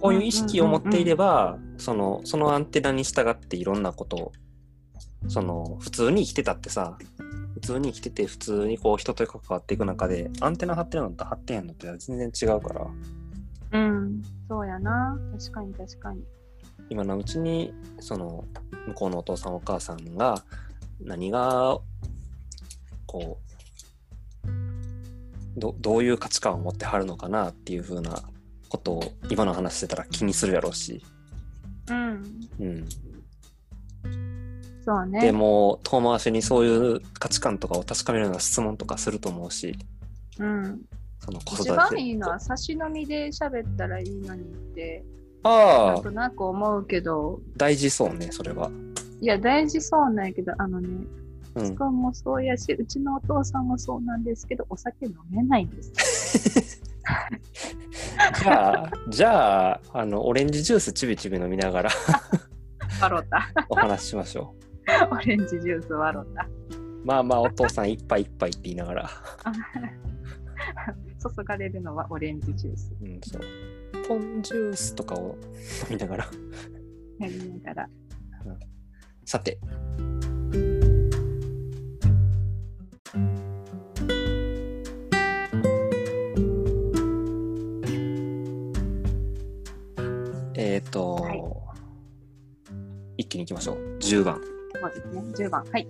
[SPEAKER 1] こういう意識を持っていれ
[SPEAKER 2] ば、
[SPEAKER 1] ば、その、そのアンテナに従っていろんなことを、その、普通に生きてたってさ、普通に生きてて、普通にこう人と関わっていく中で、アンテナ張ってるのと張ってへんのって全然違うから、
[SPEAKER 2] うん、そうやな。確かに確かに。
[SPEAKER 1] 今のうちにその向こうのお父さんお母さんが何がこうどどういう価値観を持ってはるのかなっていうふうなことを今の話してたら気にするやろうし、
[SPEAKER 2] うん。
[SPEAKER 1] うん、
[SPEAKER 2] そうね。
[SPEAKER 1] でもう遠回しにそういう価値観とかを確かめるような質問とかすると思うし
[SPEAKER 2] うん、
[SPEAKER 1] その子育
[SPEAKER 2] 一
[SPEAKER 1] て
[SPEAKER 2] 番いいのは差し飲みで喋ったらいいのにってな
[SPEAKER 1] あ
[SPEAKER 2] ん
[SPEAKER 1] あ
[SPEAKER 2] となく思うけど
[SPEAKER 1] 大事そうねそれは、
[SPEAKER 2] いや大事そうなんやけどあのね
[SPEAKER 1] う
[SPEAKER 2] 息
[SPEAKER 1] ん、
[SPEAKER 2] 子もそ
[SPEAKER 1] [laughs]
[SPEAKER 2] うやしうちのお父さんもそうなんですけどお酒飲めないんです
[SPEAKER 1] じゃあ、じゃあ、あの、オレンジジュースちびちび飲みな
[SPEAKER 2] [laughs]
[SPEAKER 1] がら
[SPEAKER 2] 笑った。
[SPEAKER 1] お話ししましょ
[SPEAKER 2] オレンジジュース笑った。
[SPEAKER 1] う。まあまあ、お父さんいっぱいいっぱいって言いながら。
[SPEAKER 2] 注がれるのはオレンジジュース。
[SPEAKER 1] うん、そう。ポンジュースとかを飲みながら。
[SPEAKER 2] やりながら。
[SPEAKER 1] さて。えっ、と、
[SPEAKER 2] はい
[SPEAKER 1] 一気に行きましょう。10番。
[SPEAKER 2] そうですね。10番。はい。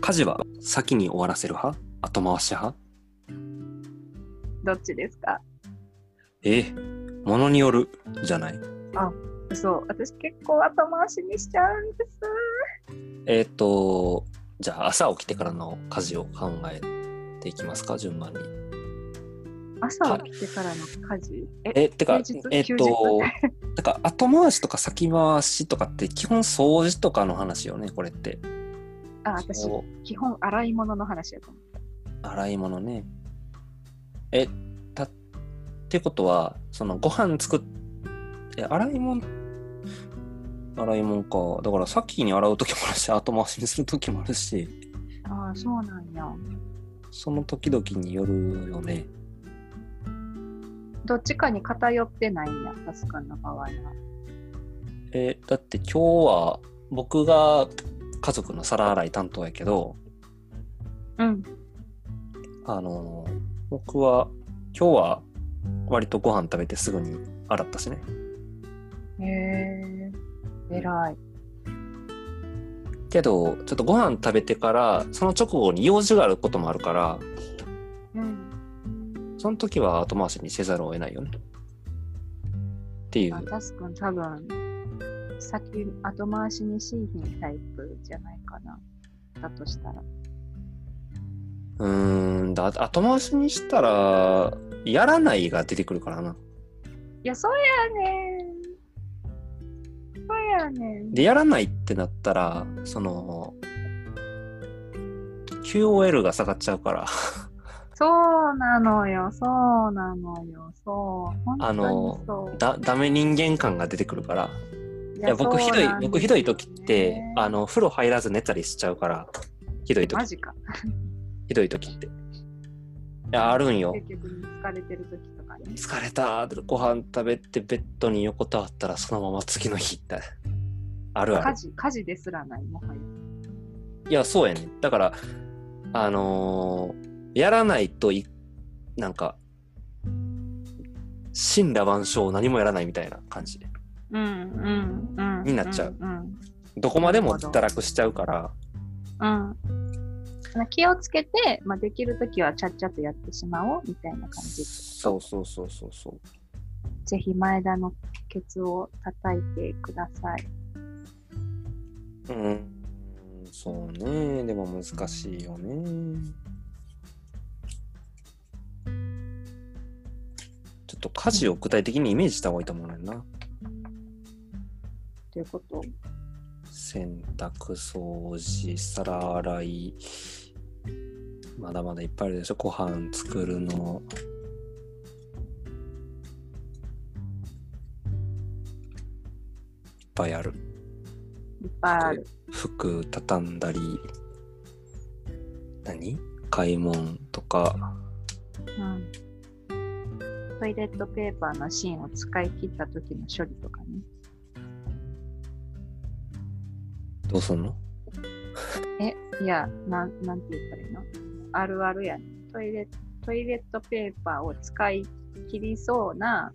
[SPEAKER 1] 家事は先に終わらせる派後回し派
[SPEAKER 2] どっちですか
[SPEAKER 1] ええものによるじゃない。
[SPEAKER 2] そう。私結構後回しにしちゃうんです。
[SPEAKER 1] えっ、と、じゃあ朝起きてからの家事を考えていきますか、順番に。
[SPEAKER 2] 朝起きてからの家事。え
[SPEAKER 1] え、てか
[SPEAKER 2] 平日、
[SPEAKER 1] えっ、
[SPEAKER 2] 90
[SPEAKER 1] と、
[SPEAKER 2] [laughs]
[SPEAKER 1] なんか後回しとか先回しとかって基本掃除とかの話よね、これって。
[SPEAKER 2] あ、私、
[SPEAKER 1] そう
[SPEAKER 2] 基本洗い物の話やと思う。
[SPEAKER 1] 洗い物ね。え、た、ってことは、そのご飯作っ、え、洗い物、洗い物か。だから先に洗うときもあるし、後回しにするときもあるし、
[SPEAKER 2] ああ、そうなんや。
[SPEAKER 1] その時々によるよね。
[SPEAKER 2] どっちかに偏ってないんや、タス君の場合は。
[SPEAKER 1] えだって今日は僕が家族の皿洗い担当やけど、
[SPEAKER 2] うん。
[SPEAKER 1] あのー僕は今日は割とご飯食べてすぐに洗ったしね。
[SPEAKER 2] へえ。偉い。
[SPEAKER 1] けどちょっとご飯食べてからその直後に用事があることもあるから
[SPEAKER 2] うん。
[SPEAKER 1] その時は後回しにせざるを得ないよね。ってい
[SPEAKER 2] あ
[SPEAKER 1] う。
[SPEAKER 2] タス君多分、先、後回しにしいひんタイプじゃないかな。だとしたら。
[SPEAKER 1] うーんだ後回しにしたらやらないが出てくるからな。
[SPEAKER 2] いや、そうやねん。そうやねん。
[SPEAKER 1] でやらないってなったらその QOL が下がっちゃうから。 [laughs]
[SPEAKER 2] そうなのよ、そうなのよ、そう。本当
[SPEAKER 1] あ
[SPEAKER 2] に
[SPEAKER 1] の
[SPEAKER 2] そう
[SPEAKER 1] だダメ人間感が出てくるから
[SPEAKER 2] い
[SPEAKER 1] いや僕ひどい僕ひどい時
[SPEAKER 2] 時
[SPEAKER 1] ってあの風呂入らず寝たりしちゃうからひどい
[SPEAKER 2] マ
[SPEAKER 1] 時
[SPEAKER 2] ジか。
[SPEAKER 1] ひどい時っていやあるんよ
[SPEAKER 2] 結局疲れてる時とかね。
[SPEAKER 1] 疲れたご飯食べてベッドに横たわったらそのまま次の日ってあるあ
[SPEAKER 2] 家
[SPEAKER 1] る
[SPEAKER 2] 事、家事ですらない、もはや。
[SPEAKER 1] いやそうやねだからあのーやらないといなんか神羅万象何もやらないみたいな感じ
[SPEAKER 2] うんうんうん。
[SPEAKER 1] になっちゃう
[SPEAKER 2] うん。
[SPEAKER 1] どこまでも堕落しちゃうから
[SPEAKER 2] うん。うん、気をつけて、まあ、できる時はちゃっちゃとやってしまおうみたいな感じ。
[SPEAKER 1] そうそうそうそうそう
[SPEAKER 2] ぜひ前田のケツを叩いてください。
[SPEAKER 1] うん、そうね、でも難しいよね。ちょっと家事を具体的にイメージした方がいいと思うねんな。
[SPEAKER 2] ということ。
[SPEAKER 1] 洗濯、掃除、皿洗い、まだまだいっぱいあるでしょ、ご飯作るの。いっぱいある。
[SPEAKER 2] いっぱいある。
[SPEAKER 1] 服畳んだり何買い物とか
[SPEAKER 2] うん。トイレットペーパーの芯を使い切った時の処理とかね。
[SPEAKER 1] どうすんの
[SPEAKER 2] え、いや、なん、なんて言ったらいいのあるあるやね。トイレ、トイレットペーパーを使い切りそうな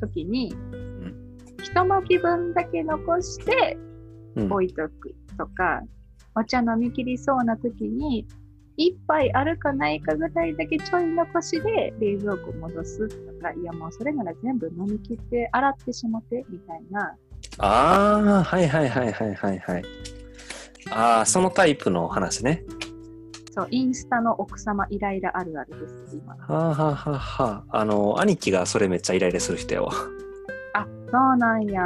[SPEAKER 2] 時に、
[SPEAKER 1] ん
[SPEAKER 2] 一巻き分だけ残して
[SPEAKER 1] うん
[SPEAKER 2] 置いとくとか、お茶飲み切りそうな時に、一杯あるかないかぐらいだけちょい残しで冷蔵庫戻すとか、いやもうそれなら全部飲み切って洗ってしまってみたいな、
[SPEAKER 1] ああはいはいはいはいはいはいああそのタイプの話ね
[SPEAKER 2] そう、インスタの奥様イライラあるあるです、今。
[SPEAKER 1] はあはあはあはああの兄貴がそれめっちゃイライラする人やわ
[SPEAKER 2] あ、そうなんや。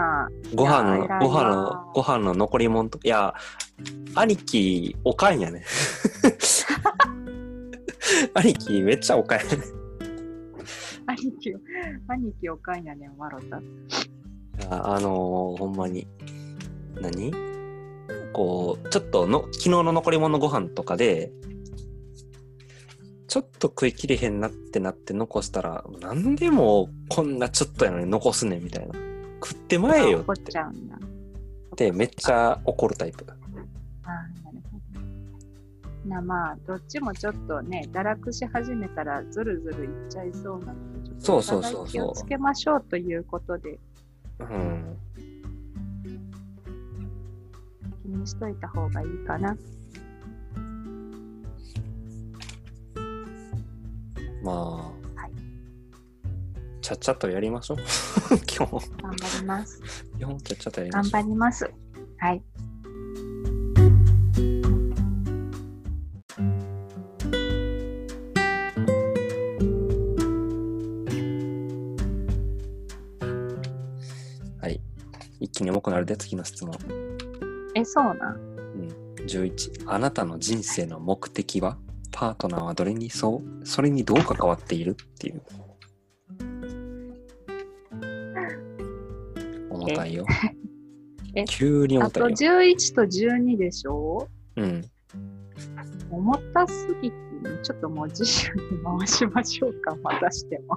[SPEAKER 1] ご飯の
[SPEAKER 2] いや偉いな
[SPEAKER 1] ご飯のご飯の残り物といや兄貴おかんやね [laughs] 兄貴めっちゃおかんやね
[SPEAKER 2] 兄貴を、兄貴をかいなねん笑った。
[SPEAKER 1] いやあのーほんまに何こうちょっとの昨日の残り物ご飯とかでちょっと食いきれへんなってなって残したらなんでもうこんなちょっとやのに残すねんみたいな食ってまえよ
[SPEAKER 2] 怒っ
[SPEAKER 1] って
[SPEAKER 2] ちゃうんだ。
[SPEAKER 1] でめっちゃ怒るタイプ
[SPEAKER 2] あーなるほどなまあ、どっちもちょっとね、堕落し始めたらずるずるいっちゃいそうなので、ちょっ
[SPEAKER 1] そ
[SPEAKER 2] と
[SPEAKER 1] うそうそうそう
[SPEAKER 2] お互い気をつけましょうということで、
[SPEAKER 1] うん
[SPEAKER 2] 気にしといた方がいいかな。
[SPEAKER 1] まあ、
[SPEAKER 2] はい
[SPEAKER 1] ちゃっちゃとやりましょう [laughs] 基本
[SPEAKER 2] 頑張ります。
[SPEAKER 1] 基本ちゃっちゃとやりま
[SPEAKER 2] 頑
[SPEAKER 1] しょ
[SPEAKER 2] 張
[SPEAKER 1] う
[SPEAKER 2] ります。はい。
[SPEAKER 1] はい一気に重くなるで次の質問
[SPEAKER 2] え、そうなん。
[SPEAKER 1] 11あなたの人生の目的はパートナーはどれにそうそれにどう関わっているっていう重たいよ
[SPEAKER 2] え
[SPEAKER 1] 急に重
[SPEAKER 2] あ
[SPEAKER 1] た
[SPEAKER 2] と
[SPEAKER 1] いよ、
[SPEAKER 2] 11と12でしょ
[SPEAKER 1] うん、
[SPEAKER 2] 重たすぎて、ちょっともう自由に回しましょうか、またしても。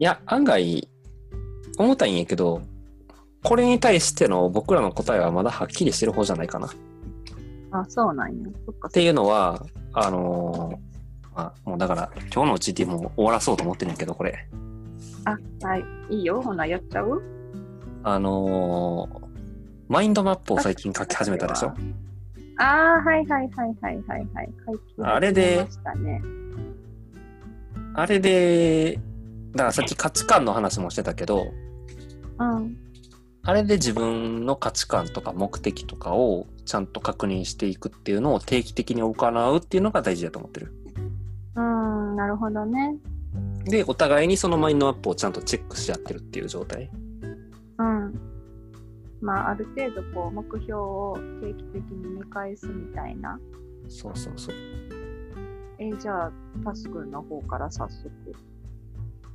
[SPEAKER 1] いや案外重たいんやけどこれに対しての僕らの答えはまだはっきりしてる方じゃないかな
[SPEAKER 2] あ、そうなんや。そっか
[SPEAKER 1] っ。ていうのは、あのーまあ、もうだから、今日のうちでもう終わらそうと思ってるんやけど、これ。
[SPEAKER 2] あ、はい。いいよ。ほな、やっちゃう
[SPEAKER 1] あのーマインドマップを最近書き始めたでしょ
[SPEAKER 2] ああ、はいはいはいはいはいはい。解禁
[SPEAKER 1] あれで
[SPEAKER 2] されましたね。
[SPEAKER 1] あれで、だからさっき価値観の話もしてたけど、
[SPEAKER 2] うん。
[SPEAKER 1] あれで自分の価値観とか目的とかをちゃんと確認していくっていうのを定期的に行うっていうのが大事だと思ってる。
[SPEAKER 2] うん、なるほどね。
[SPEAKER 1] で、お互いにそのマインドマップをちゃんとチェックし合ってるっていう状態。
[SPEAKER 2] うん。まあ、ある程度、こう、目標を定期的に見返すみたいな。
[SPEAKER 1] そうそうそう。
[SPEAKER 2] えーじゃあ、タスくんの方から早速。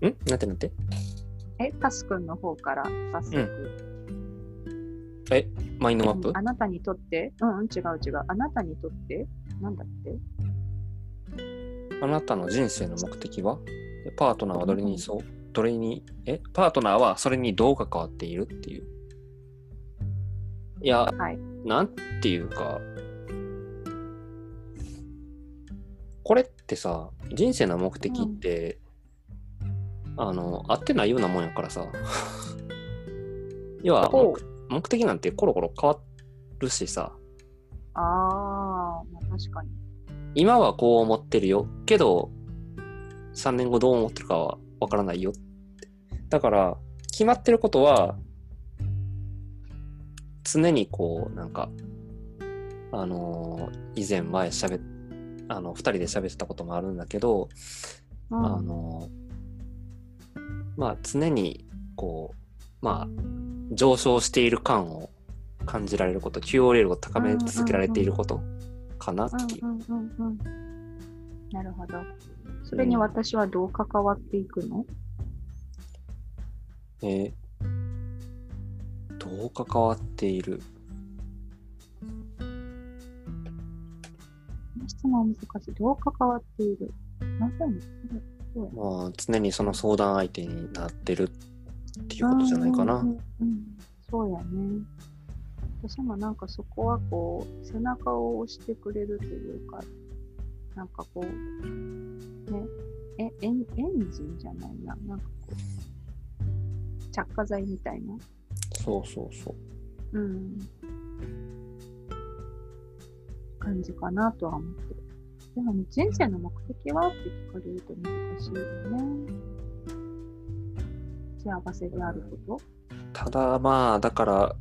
[SPEAKER 1] んなんてなんて
[SPEAKER 2] え、タスくんの方から早速。
[SPEAKER 1] えマインドマップ
[SPEAKER 2] あなたにとってうん、うん、違う違う。あなたにとってなんだって
[SPEAKER 1] あなたの人生の目的はえパートナーはどれにそう、どれに、えパートナーはそれにどう関わっているっていう。いや、
[SPEAKER 2] はい。
[SPEAKER 1] なんていうか、これってさ、人生の目的って、あの、合ってないようなもんやからさ。 [laughs] 要は
[SPEAKER 2] ほ
[SPEAKER 1] 目、目的なんてコロコロ変わるしさ、
[SPEAKER 2] ああ、まあ確かに。
[SPEAKER 1] 今はこう思ってるよけど3年後どう思ってるかはわからないよってだから決まってることは常にこうなんかあのー以前前喋っあの2人で喋ってたこともあるんだけど、
[SPEAKER 2] うん、
[SPEAKER 1] あのまあ常にこうまあ上昇している感を感じられること QOL を高め続けられていることかなっていう。
[SPEAKER 2] うんうんうんうん。なるほど。それに私はどう関わっていくの、
[SPEAKER 1] えーどう関わっている
[SPEAKER 2] 質問難しい。どう関わっているまさに。
[SPEAKER 1] まあ常にその相談相手になってるっていうことじゃないか
[SPEAKER 2] うんう
[SPEAKER 1] なん
[SPEAKER 2] うんそうやね。私もなんかそこはこう、背中を押してくれるというか、なんかこう、ね、え、エンエンジンじゃないな。なんかこう、着火剤みたいな。
[SPEAKER 1] そうそうそう
[SPEAKER 2] うん感じかなとは思ってる。でもね、人生の目的はって聞かれると難しいよね。幸せであること。
[SPEAKER 1] ただまあだから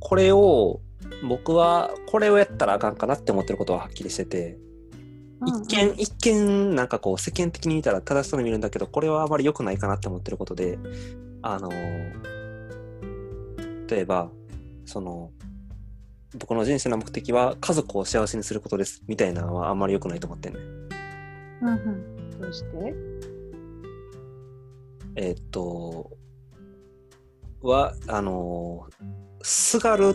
[SPEAKER 1] これを僕はこれをやったらあかんかなって思ってることははっきりしてて、一
[SPEAKER 2] うん
[SPEAKER 1] 見一見なんかこう世間的に見たら正しそうに見えるんだけどこれはあまり良くないかなって思ってることであの例えばその僕の人生の目的は家族を幸せにすることですみたいなのはあんまり良くないと思ってんね
[SPEAKER 2] うんうん。どうして
[SPEAKER 1] えっと、は、あの、すがる、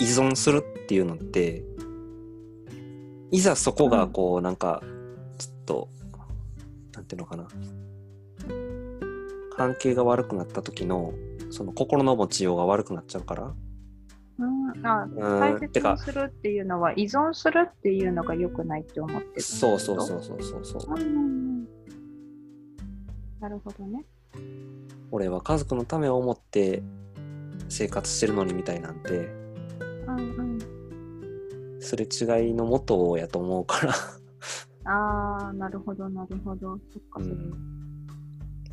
[SPEAKER 1] 依存するっていうのって、いざそこがこう、なんか、ちょっと、なんていうのかな、関係が悪くなった時の、その心の持ちようが悪くなっちゃうから、
[SPEAKER 2] うん、あ
[SPEAKER 1] う
[SPEAKER 2] 大
[SPEAKER 1] ん、て
[SPEAKER 2] 切に
[SPEAKER 1] か、
[SPEAKER 2] するっていうのは依存するっていうのが良くないって思ってる。
[SPEAKER 1] そうそうそうそうそうそう。
[SPEAKER 2] うんうんうん。なるほどね。
[SPEAKER 1] 俺は家族のためを思って生活してるのにみたいなんて
[SPEAKER 2] うん
[SPEAKER 1] すれ違いのもとやと思うから、
[SPEAKER 2] うん。ああ、なるほど、なるほど。そっか、
[SPEAKER 1] う
[SPEAKER 2] そっか。
[SPEAKER 1] ん、だ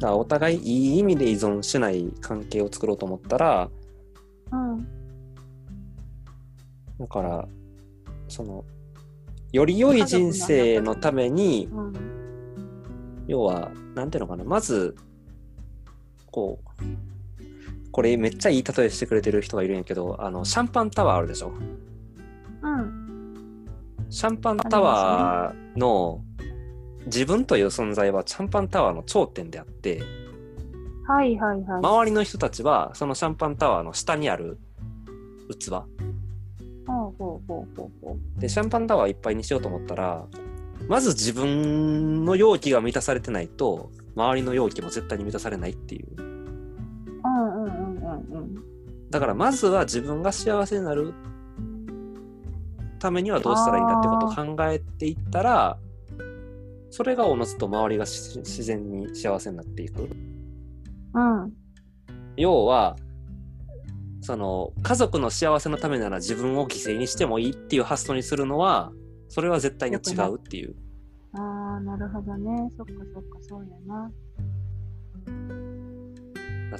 [SPEAKER 1] からお互いいい意味で依存しない関係を作ろうと思ったら
[SPEAKER 2] うん。
[SPEAKER 1] だからそのより良い人生のために
[SPEAKER 2] うん。
[SPEAKER 1] 要はなんていうのかなまずこうこれめっちゃいい例えしてくれてる人がいるんやけどあのシャンパンタワーあるでしょ
[SPEAKER 2] うん。
[SPEAKER 1] シャンパンタワーの自分という存在はシャンパンタワーの頂点であって
[SPEAKER 2] はいはいはい。
[SPEAKER 1] 周りの人たちはそのシャンパンタワーの下にある器
[SPEAKER 2] ほうほうほうほうほ
[SPEAKER 1] でシャンパンタワーいっぱいにしようと思ったらまず自分の容器が満たされてないと周りの容器も絶対に満たされないっていう
[SPEAKER 2] う。うんうんうんうんうん。
[SPEAKER 1] だからまずは自分が幸せになるためにはどうしたらいいんだってことを考えていったらそれがおのずと周りがし自然に幸せになっていく。
[SPEAKER 2] うん。
[SPEAKER 1] 要はその家族の幸せのためなら自分を犠牲にしてもいいっていう発想にするのはそれは絶対に違うっていう
[SPEAKER 2] ああ、なるほどね。そっかそっか、そうやな。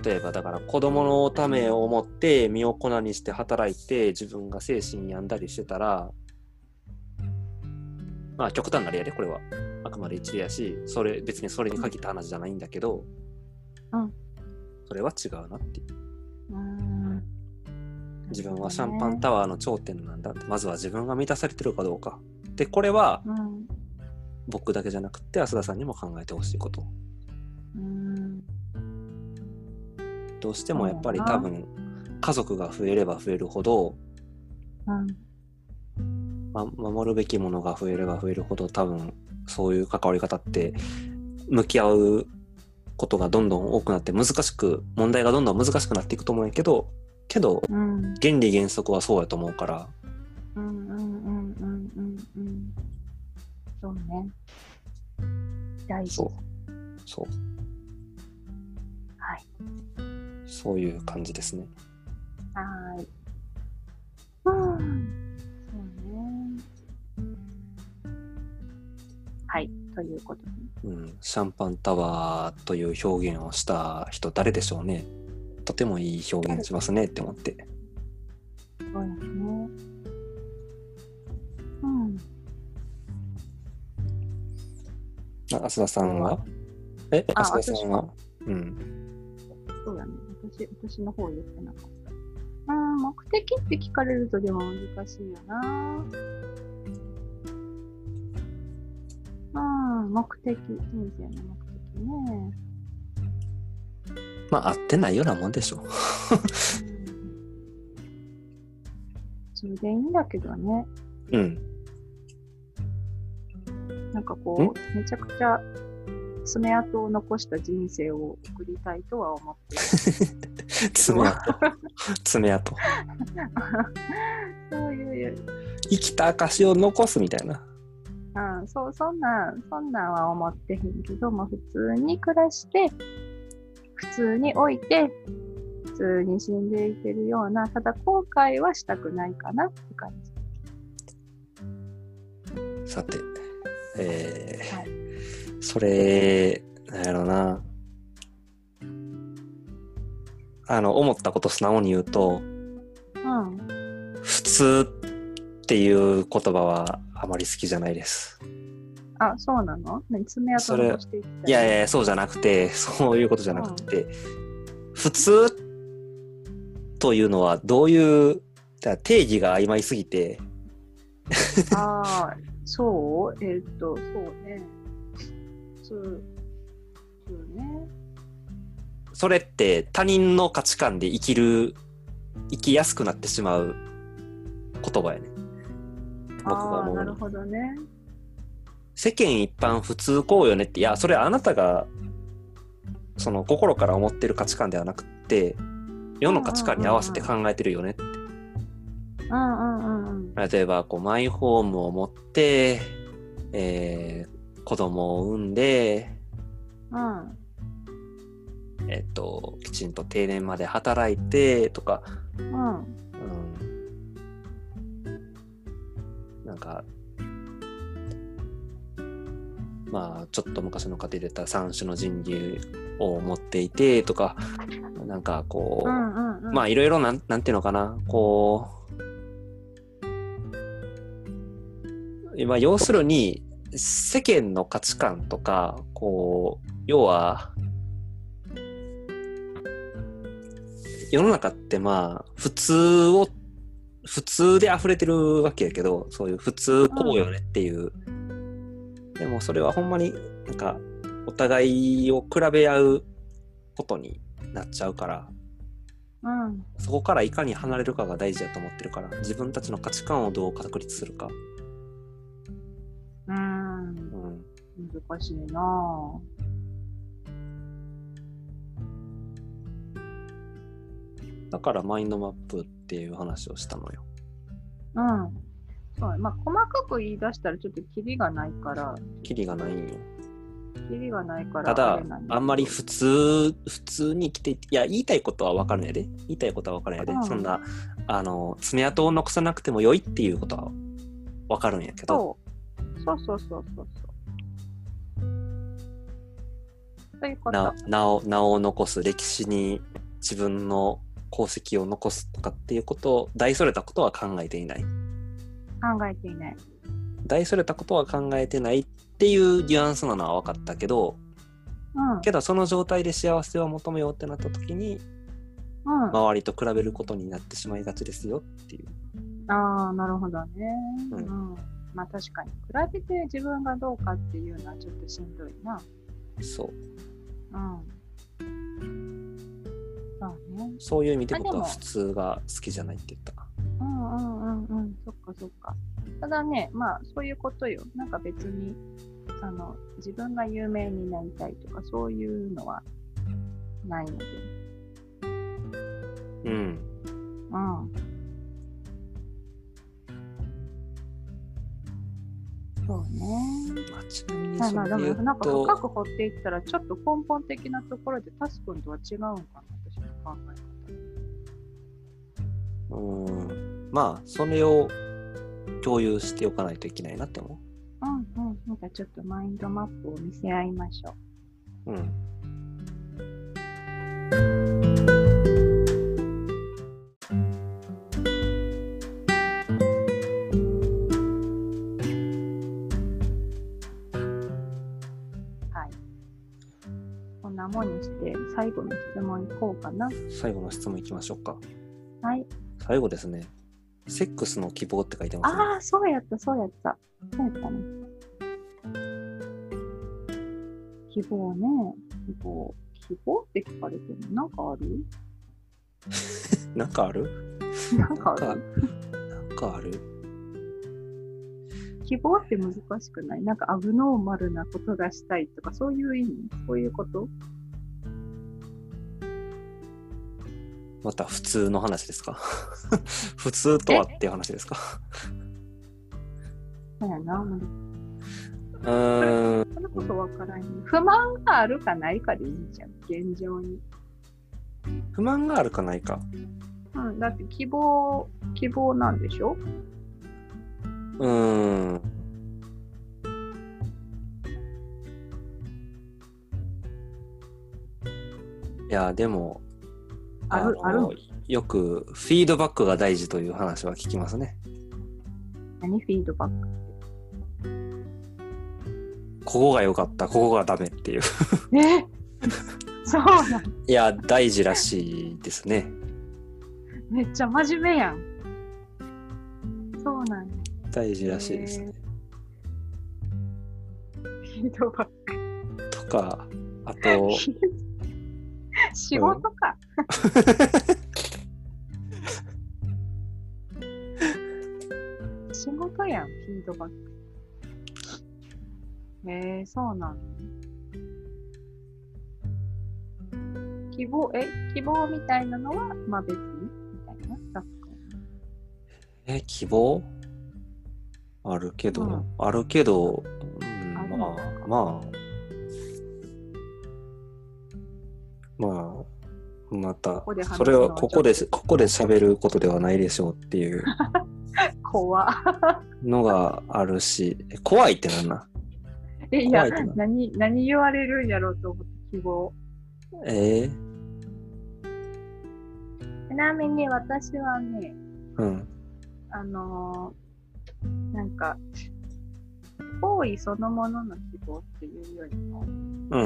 [SPEAKER 1] 例えばだから子供のためを思って身を粉にして働いて自分が精神病んだりしてたらまあ極端な例やでこれはあくまで一例やしそれ別にそれに限った話じゃないんだけど、
[SPEAKER 2] うん
[SPEAKER 1] それは違うなっていう
[SPEAKER 2] うーん。
[SPEAKER 1] 自分はシャンパンタワーの頂点なんだってまずは自分が満たされてるかどうかでこれは
[SPEAKER 2] ワー。うん。う
[SPEAKER 1] 僕だけじゃなくて浅田さんにも考えてほしいこと
[SPEAKER 2] ーん。
[SPEAKER 1] どうしてもやっぱり
[SPEAKER 2] そうや
[SPEAKER 1] 多
[SPEAKER 2] な
[SPEAKER 1] 分家族が増えれば増えるほど、
[SPEAKER 2] うん。
[SPEAKER 1] ま、守るべきものが増えれば増えるほど多分そういう関わり方って向き合うことがどんどん多くなって難しく問題がどんどん難しくなっていくと思うんやけどけど
[SPEAKER 2] うん。
[SPEAKER 1] 原理原則はそうやと思うから
[SPEAKER 2] うんうんうんうんうんうん。そうね。大事。
[SPEAKER 1] そうそう
[SPEAKER 2] はい。
[SPEAKER 1] そういう感じですね
[SPEAKER 2] はーい。うん。そうね。はい。ということで。
[SPEAKER 1] うん、シャンパンタワーという表現をした人誰でしょうねとてもいい表現しますねって思って
[SPEAKER 2] そうですね。うん。
[SPEAKER 1] あ浅田さんはえ
[SPEAKER 2] あ
[SPEAKER 1] 浅田さんは
[SPEAKER 2] 私
[SPEAKER 1] うん
[SPEAKER 2] そうだね。私、私の方言ってなかった。うん、目的って聞かれるとでも難しいよな。うん、目的、人生の目的ね。
[SPEAKER 1] まあ合ってないようなもんでしょう
[SPEAKER 2] それでいいんだけどね。
[SPEAKER 1] うん
[SPEAKER 2] なんかこう、めちゃくちゃ爪痕を残した人生を送りたいとは思ってる。
[SPEAKER 1] 爪 [laughs] 痕爪痕
[SPEAKER 2] そういう、
[SPEAKER 1] 生きた証を残すみたいな
[SPEAKER 2] うん、そう、そんなん、そんなんは思ってへんけども、普通に暮らして、普通に老いて、普通に死んでいけるような、ただ後悔はしたくないかなって感じ。
[SPEAKER 1] さてえー
[SPEAKER 2] は
[SPEAKER 1] それなんやろなあの思ったこと素直に言うと
[SPEAKER 2] うん。
[SPEAKER 1] 普通っていう言葉はあまり好きじゃないです。
[SPEAKER 2] あ、そうなの何爪痕を残していきたい。
[SPEAKER 1] いやいやいや、そうじゃなくて、そういうことじゃなくて、普通というのはどういう、だから定義が曖昧すぎて、
[SPEAKER 2] ああ、そうえーっと、そうね。普通、普通ね。
[SPEAKER 1] それって他人の価値観で生きる生きやすくなってしまう言葉やね僕が
[SPEAKER 2] あ
[SPEAKER 1] 思
[SPEAKER 2] あー、
[SPEAKER 1] う
[SPEAKER 2] な
[SPEAKER 1] に
[SPEAKER 2] るほどね。
[SPEAKER 1] 世間一般普通こうよねっていやそれあなたがその心から思ってる価値観ではなくって世の価値観に合わせて考えてるよねって
[SPEAKER 2] うんうんうんうん。
[SPEAKER 1] 例えばこうマイホームを持って、えー子供を産んで、
[SPEAKER 2] うん。
[SPEAKER 1] えっと、きちんと定年まで働いてとか、
[SPEAKER 2] うん。
[SPEAKER 1] うん、なんかまあちょっと昔の家庭で言ったら三種の神器を持っていてとかなんかこう、
[SPEAKER 2] うんうんうん。
[SPEAKER 1] まあいろいろなんなんていうのかなこうまあ要するに世間の価値観とかこう要は世の中ってまあ普通を普通で溢れてるわけやけどそういう普通こうよねっていう、でもそれはほんまになんかお互いを比べ合うことになっちゃうから、
[SPEAKER 2] うん。
[SPEAKER 1] そこからいかに離れるかが大事だと思ってるから、自分たちの価値観をどう確立するか。
[SPEAKER 2] うん
[SPEAKER 1] う。ん。
[SPEAKER 2] 難しいなぁ。
[SPEAKER 1] だからマインドマップっていう話をしたのよ。
[SPEAKER 2] うん。そう。まあ、細かく言い出したらちょっとキリがないから、
[SPEAKER 1] キリがないんよ。
[SPEAKER 2] キリがないから
[SPEAKER 1] た
[SPEAKER 2] あ
[SPEAKER 1] だ
[SPEAKER 2] れなん、だ
[SPEAKER 1] あんまり普通、普通に生きてい、いや、言いたいことは分かるんやで。言いたいことは分かるんやで。
[SPEAKER 2] うん
[SPEAKER 1] そんな、あの、爪痕を残さなくても良いっていうことは分かるんやけど、
[SPEAKER 2] そうそうそうそうそうそう。ということ。
[SPEAKER 1] な名を、名を残す、歴史に自分の功績を残すとかっていうことを、大それたことは考えていない。
[SPEAKER 2] 考えていない。
[SPEAKER 1] 大それたことは考えてないっていうニュアンスなのは分かったけど
[SPEAKER 2] うん。
[SPEAKER 1] けどその状態で幸せを求めようってなった時に
[SPEAKER 2] うん。
[SPEAKER 1] 周りと比べることになってしまいがちですよっていう
[SPEAKER 2] ああ、なるほどね。う。
[SPEAKER 1] うん
[SPEAKER 2] まあ確かに、比べて自分がどうかっていうのはちょっとしんどいな。
[SPEAKER 1] そう
[SPEAKER 2] うん。そうね。
[SPEAKER 1] そういう意味で僕
[SPEAKER 2] あで
[SPEAKER 1] は
[SPEAKER 2] も
[SPEAKER 1] 普通が好きじゃないって言った
[SPEAKER 2] うんうんうんうん。そっかそっか。ただね、まあそういうことよ。なんか別に、あの、自分が有名になりたいとかそういうのはないので。
[SPEAKER 1] うん
[SPEAKER 2] うん。そうね。
[SPEAKER 1] まあちなみに
[SPEAKER 2] はい
[SPEAKER 1] そ
[SPEAKER 2] まあ
[SPEAKER 1] れ
[SPEAKER 2] で
[SPEAKER 1] で言
[SPEAKER 2] もなん
[SPEAKER 1] う
[SPEAKER 2] か深く
[SPEAKER 1] と
[SPEAKER 2] 掘っていったらちょっと根本的なところでタス君とは違うんかな私の考え
[SPEAKER 1] うんまあそれを共有しておかないといけないなって思
[SPEAKER 2] 方うんうんなんかちょっとマインドマップを見せ合いましょう
[SPEAKER 1] ううん
[SPEAKER 2] はいこんなもんにして最後の質問いこうかな
[SPEAKER 1] 最後の質問いきましょうか
[SPEAKER 2] はい
[SPEAKER 1] 最後ですねセックスの希望って書いてますね
[SPEAKER 2] ああそうやったそうやったそうやったね希望ね希望希望って聞かれてもなんかある
[SPEAKER 1] なんかある
[SPEAKER 2] なんかある
[SPEAKER 1] なんかある
[SPEAKER 2] 希望って難しくないなんかアブノーマルなことがしたいとかそういう意味そういうこと
[SPEAKER 1] また普通の話ですか [laughs] 普通とはっていう話ですか
[SPEAKER 2] そうやな。
[SPEAKER 1] うーん
[SPEAKER 2] それこそわからんよ。不満があるかないかでいいじゃん、現状に。
[SPEAKER 1] 不満があるかないか
[SPEAKER 2] うん、だって希望、希望なんでしょ
[SPEAKER 1] うーんいやでも
[SPEAKER 2] ある、あ
[SPEAKER 1] あの
[SPEAKER 2] る。
[SPEAKER 1] よくフィードバックが大事という話は聞きますね
[SPEAKER 2] 何フィードバッ
[SPEAKER 1] ここが良かったここがダメっていう
[SPEAKER 2] ク。え [laughs] そうなん
[SPEAKER 1] いや大事らしいですね
[SPEAKER 2] めっちゃ真面目やん。そうなんや。
[SPEAKER 1] 大事らしいですね
[SPEAKER 2] フィードバック。
[SPEAKER 1] とかあと
[SPEAKER 2] 仕事か。仕事やん、フィードバック。えー、そうなの。希望、え、希望みたいなのは、まあ別に、みたいな。だ
[SPEAKER 1] え、希望あるけど、
[SPEAKER 2] うん
[SPEAKER 1] あるけど、うん
[SPEAKER 2] ある
[SPEAKER 1] ま
[SPEAKER 2] の
[SPEAKER 1] あ、まあ、まあ、また
[SPEAKER 2] こで、話すのは
[SPEAKER 1] それはここで
[SPEAKER 2] ちょ、
[SPEAKER 1] ここで喋ることではないでしょうっていう
[SPEAKER 2] 怖っ。
[SPEAKER 1] のがあるし、え怖いってなんな
[SPEAKER 2] え、いや
[SPEAKER 1] 怖いってな、
[SPEAKER 2] 何、何言われるんやろうと思って、希望。
[SPEAKER 1] えー
[SPEAKER 2] ちなみに私はね、
[SPEAKER 1] うん。
[SPEAKER 2] あのーなんか、行為そのものの希望っていうより
[SPEAKER 1] う
[SPEAKER 2] も、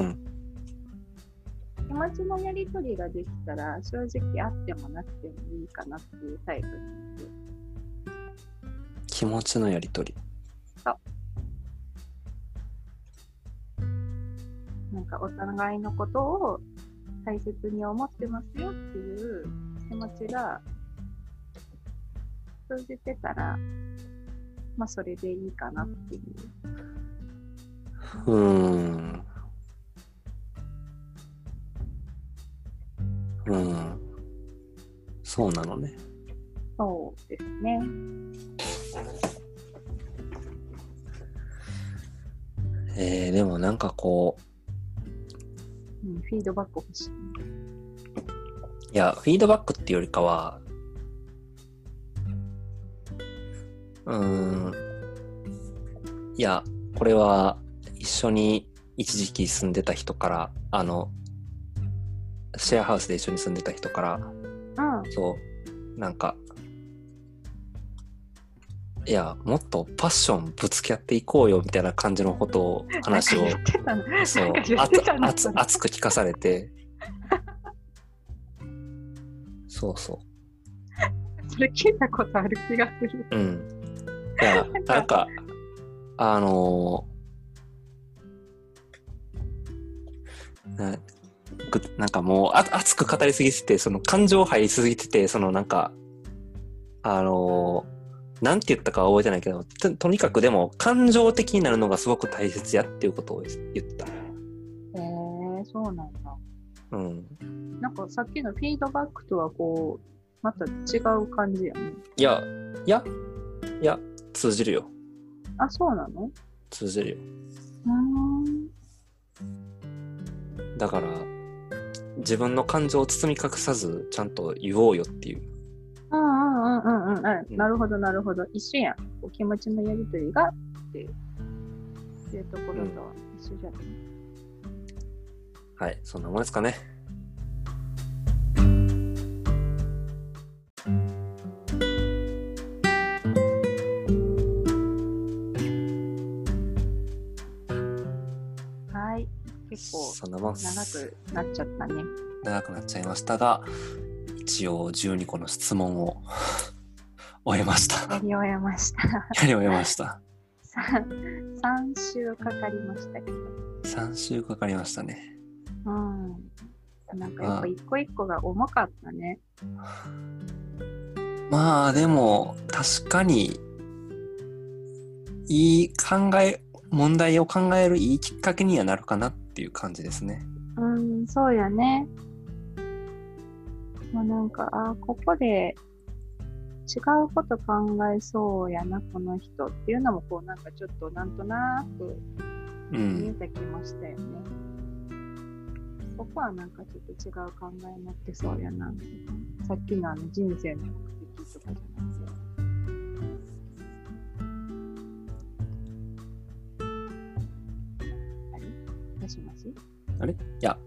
[SPEAKER 1] ん。
[SPEAKER 2] 気持ちのやりとりができたら、正直あってもなくてもいいかなっていうタイプ。
[SPEAKER 1] 気持ちのやりとり。
[SPEAKER 2] なんか、お互いのことを大切に思ってますよっていう気持ちが通じてたら、まあ、それでいいかなっていう。
[SPEAKER 1] うーん。うん。そうなのね。
[SPEAKER 2] そうですね。
[SPEAKER 1] えー、でもなんかこう、
[SPEAKER 2] うん、フィードバック欲しい。
[SPEAKER 1] いや、フィードバックっていうよりかは、うーん、いや、これは一緒に一時期住んでた人から、あの、シェアハウスで一緒に住んでた人から、
[SPEAKER 2] うん。
[SPEAKER 1] そう、なんか、いや、もっとパッションぶつけ合っていこうよみたいな感じのことを、話を
[SPEAKER 2] なんか言ってたの
[SPEAKER 1] そ
[SPEAKER 2] な
[SPEAKER 1] うん
[SPEAKER 2] か、言っ
[SPEAKER 1] 熱
[SPEAKER 2] てたな
[SPEAKER 1] 熱
[SPEAKER 2] それ
[SPEAKER 1] 熱く聞かされて。そうそ
[SPEAKER 2] それ聞いたことある気がする。
[SPEAKER 1] う。うん。いや、なんか、あのーなぐなんかもうあ熱く語りすぎてて、その感情入りすぎてて、そのなんか、あのーなんて言ったかは覚えてないけど、ととにかくでも感情的になるのがすごく大切やっていうことを言ってた。
[SPEAKER 2] へえー、そうなんだ。
[SPEAKER 1] うん。
[SPEAKER 2] なんかさっきのフィードバックとはこう、また違う感じやね。
[SPEAKER 1] いや、いや、いや、通じるよ。
[SPEAKER 2] あ、そうなの
[SPEAKER 1] 通じるよ。
[SPEAKER 2] うーん。
[SPEAKER 1] だから、自分の感情を包み隠さず、ちゃんと言おうよっていう。
[SPEAKER 2] うんうんうんうんうんうん。なるほどなるほど。一緒やん。お気持ちのやりとりがっていうっていうところとは一緒じゃない、
[SPEAKER 1] はい、そんなもんですかね。
[SPEAKER 2] はい。結構
[SPEAKER 1] そんなもんっ
[SPEAKER 2] 長
[SPEAKER 1] す
[SPEAKER 2] くなっちゃったね。
[SPEAKER 1] 長くなっちゃいましたが、一応12個の質問を [laughs] 終えました。
[SPEAKER 2] やり終えました。
[SPEAKER 1] やり終えました。
[SPEAKER 2] さ3週かかりましたけど。
[SPEAKER 1] 3週かかりましたね。
[SPEAKER 2] うん。なんかやっぱ一個一個が重かったね。
[SPEAKER 1] まあ、でも、確かに、いい考え、問題を考えるいいきっかけにはなるかなっていう感じですね。
[SPEAKER 2] うん、そうやね。もうなんか、あここで違うこと考えそうやな、この人っていうのも、こうなんかちょっとなんとなく
[SPEAKER 1] う
[SPEAKER 2] 見え
[SPEAKER 1] ん。
[SPEAKER 2] てきましたよね。ここはなんかちょっと違う考えになってそうやな。さっきのあの人生の目的とかじゃなくて。あれもしもし
[SPEAKER 1] いや、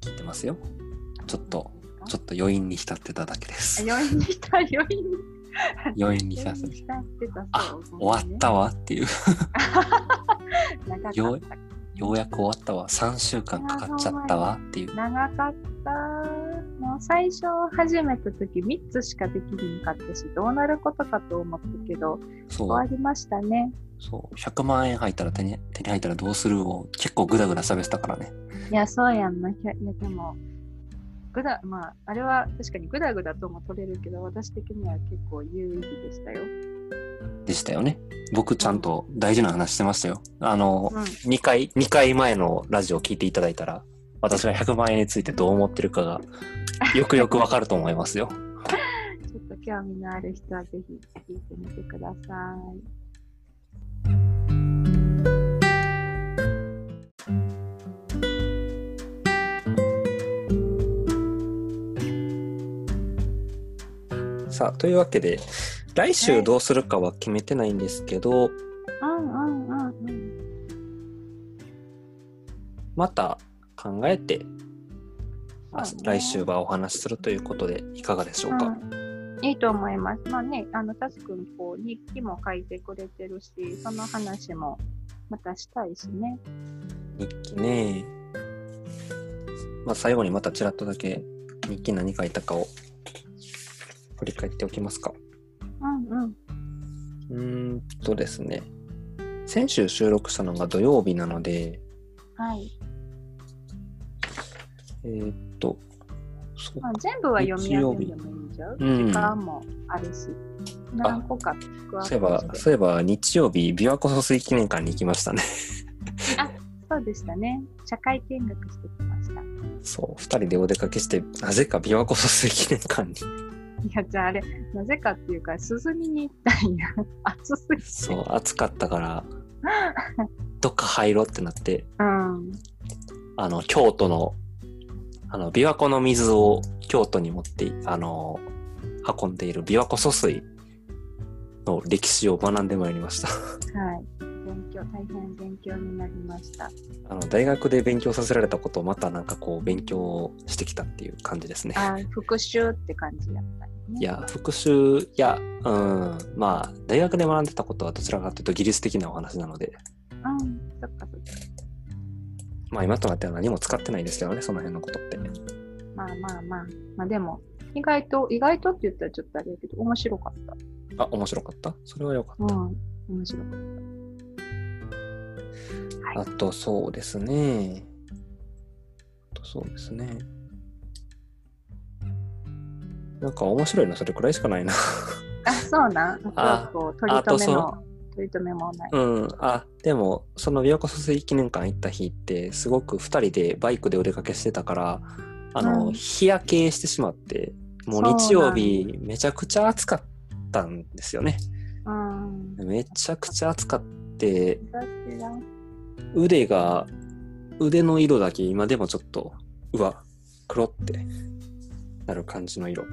[SPEAKER 1] 聞いてますよ。ちょっと
[SPEAKER 2] あ
[SPEAKER 1] ちょっと余韻に浸ってただけで
[SPEAKER 2] あ
[SPEAKER 1] す。
[SPEAKER 2] 余韻に浸た、余韻に。
[SPEAKER 1] 余韻に浸
[SPEAKER 2] 余
[SPEAKER 1] っ
[SPEAKER 2] 韻
[SPEAKER 1] て
[SPEAKER 2] に浸ってた。
[SPEAKER 1] あ
[SPEAKER 2] そう、
[SPEAKER 1] 終わったわっていう。
[SPEAKER 2] ごめんね。
[SPEAKER 1] よ
[SPEAKER 2] 長
[SPEAKER 1] う
[SPEAKER 2] かっ
[SPEAKER 1] ようやく終わったわ。3週間かかっちゃったわっていう
[SPEAKER 2] た。。長かった。もう最初始めた時3つしかできなかったし、どうなることかと思ったけど、終
[SPEAKER 1] そ
[SPEAKER 2] わ
[SPEAKER 1] う。
[SPEAKER 2] りましたね。
[SPEAKER 1] そう。100万円入ったら手に手に入ったらどうするを結構グダグダ喋ってたからね。
[SPEAKER 2] いや、そうやんな。いや、いやでも、ぐだ、まあ、あれは確かにぐだぐだとも取れるけど、私的には結構有意義でしたよ。
[SPEAKER 1] でしたよね。僕ちゃんと大事な話してましたよ。あの、
[SPEAKER 2] うん。
[SPEAKER 1] 2回、2回前のラジオを聞いていただいたら、私が100万円についてどう思ってるかが、よくよくわかると思いますよ。
[SPEAKER 2] ちょっと興味のある人はぜひ聞いてみてください。
[SPEAKER 1] さあ、というわけで、来週どうするかは決めてないんですけど、
[SPEAKER 2] うんうんうんうん。
[SPEAKER 1] また考えて、あ
[SPEAKER 2] そうね
[SPEAKER 1] 来週はお話しするということで、いかがでしょうか。
[SPEAKER 2] うんいいと思います。まあね、あの、タス君、こう、日記も書いてくれてるし、その話もまたしたいしね。
[SPEAKER 1] 日記ね。まあ、最後にまたちらっとだけ日記何書いたかを振り返っておきますか。
[SPEAKER 2] うん
[SPEAKER 1] う
[SPEAKER 2] うん。
[SPEAKER 1] ーんとですね。先週収録したのが土曜日なので、
[SPEAKER 2] はい。
[SPEAKER 1] えーっと、そう
[SPEAKER 2] まあ、全部は読み上げてもいいんちゃう
[SPEAKER 1] うん
[SPEAKER 2] 時間もあるし。何個かピックアップ
[SPEAKER 1] そういえば、
[SPEAKER 2] して。
[SPEAKER 1] そういえば日曜日、琵琶湖疎水記念館に行きましたね。
[SPEAKER 2] そうでしたね。社会見学してきました。い
[SPEAKER 1] そう、二人でお出かけして、なぜか琵琶湖疎水記念館に。
[SPEAKER 2] や、じゃああれ、なぜかっていうか、涼みに行ったんや。 [laughs] 暑すぎて。
[SPEAKER 1] そう、暑かったから、どっか入ろうってなって、
[SPEAKER 2] うん。
[SPEAKER 1] あの、京都の、あの、琵琶湖の水を京都に持ってい、あの、運んでいる琵琶湖疎水の歴史を学んでまいりました。 [laughs]
[SPEAKER 2] はい。勉強、大変勉強になりました。
[SPEAKER 1] あの、大学で勉強させられたことをまたなんかこう、勉強してきたっていう感じですね。
[SPEAKER 2] あー復習って感じやった、ね。
[SPEAKER 1] いや、復習や、うん、まあ、大学で学んでたことはどちらかというと技術的なお話なので、
[SPEAKER 2] うん、そっかそっか。
[SPEAKER 1] まあ今となっては何も使ってないですけどね、その辺のことって。
[SPEAKER 2] まあまあまあ。まあでも、意外と、意外とって言ったらちょっとあれやけど、面白かっ。
[SPEAKER 1] あ、面白かったそれは良かった
[SPEAKER 2] うん、面白かった。
[SPEAKER 1] た。あと、そうですね。あと、そうですね。なんか面白いのそれくらいしかないな。 [laughs]
[SPEAKER 2] あ、そうなん。あ
[SPEAKER 1] あ
[SPEAKER 2] と、こう、取り
[SPEAKER 1] あと
[SPEAKER 2] 留め
[SPEAKER 1] そう
[SPEAKER 2] の、取り留めもない。
[SPEAKER 1] うん。あ、でも、その琵琶湖疎水記念館行った日って、すごく二人でバイクでお出かけしてたから、あの、
[SPEAKER 2] うん
[SPEAKER 1] 日焼けしてしまって、もう日曜日、めちゃくちゃ暑かったんですよね。
[SPEAKER 2] うん。
[SPEAKER 1] めちゃくちゃ暑かって、
[SPEAKER 2] 私は
[SPEAKER 1] 腕が腕の色だけ今でもちょっとうわ黒ってなる感じの色
[SPEAKER 2] な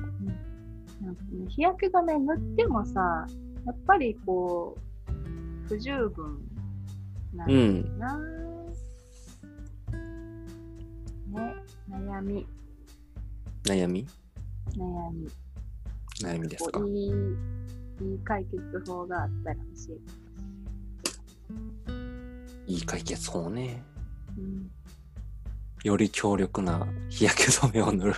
[SPEAKER 2] んかね、日焼け止め塗ってもさ、やっぱりこう、不十分なん
[SPEAKER 1] う
[SPEAKER 2] だ
[SPEAKER 1] ん
[SPEAKER 2] な、ね、悩み、
[SPEAKER 1] 悩み
[SPEAKER 2] 悩み。
[SPEAKER 1] 悩みです
[SPEAKER 2] こ
[SPEAKER 1] か
[SPEAKER 2] ういい、いい解決法があったら欲しい。
[SPEAKER 1] いい解決法ね
[SPEAKER 2] うん。
[SPEAKER 1] より強力な日焼け止めを塗る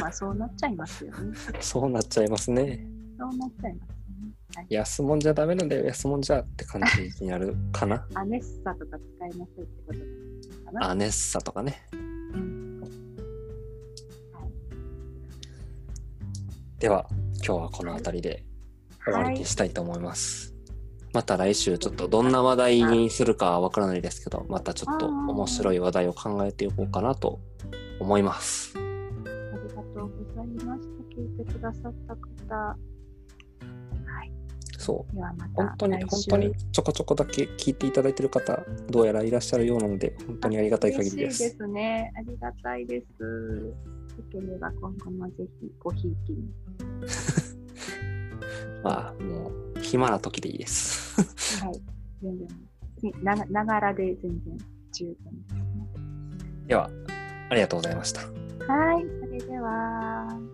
[SPEAKER 2] まあ、そうなっちゃいますよね。
[SPEAKER 1] [laughs] そうなっちゃいますね
[SPEAKER 2] そうなっちゃいますよね。はい。
[SPEAKER 1] 安もんじゃダメなんだよ安もんじゃって感じになるかな
[SPEAKER 2] アネッサとか使いなさいってことかな。
[SPEAKER 1] アネッサとかねでは今日はこの辺りで終わ
[SPEAKER 2] は
[SPEAKER 1] り
[SPEAKER 2] い
[SPEAKER 1] に。したいと思います、また来週ちょっとどんな話題にするかわからないですけどまたちょっと面白い話題を考えていこうかなと思います
[SPEAKER 2] ありがとうございました。聞いてくださった方。はい。
[SPEAKER 1] そう
[SPEAKER 2] ではまた来週。
[SPEAKER 1] 本当に本当にちょこちょこだけ聞いていただいてる方どうやらいらっしゃるようなので本当にありがたい限りです
[SPEAKER 2] 嬉しいですね。ありがたいです。よければ今後もぜひごひいきに。
[SPEAKER 1] まあもう暇な時でいいです [laughs]
[SPEAKER 2] はい。全然。ねながながらで全然十分ですね。
[SPEAKER 1] ではありがとうございました
[SPEAKER 2] はい、それでは。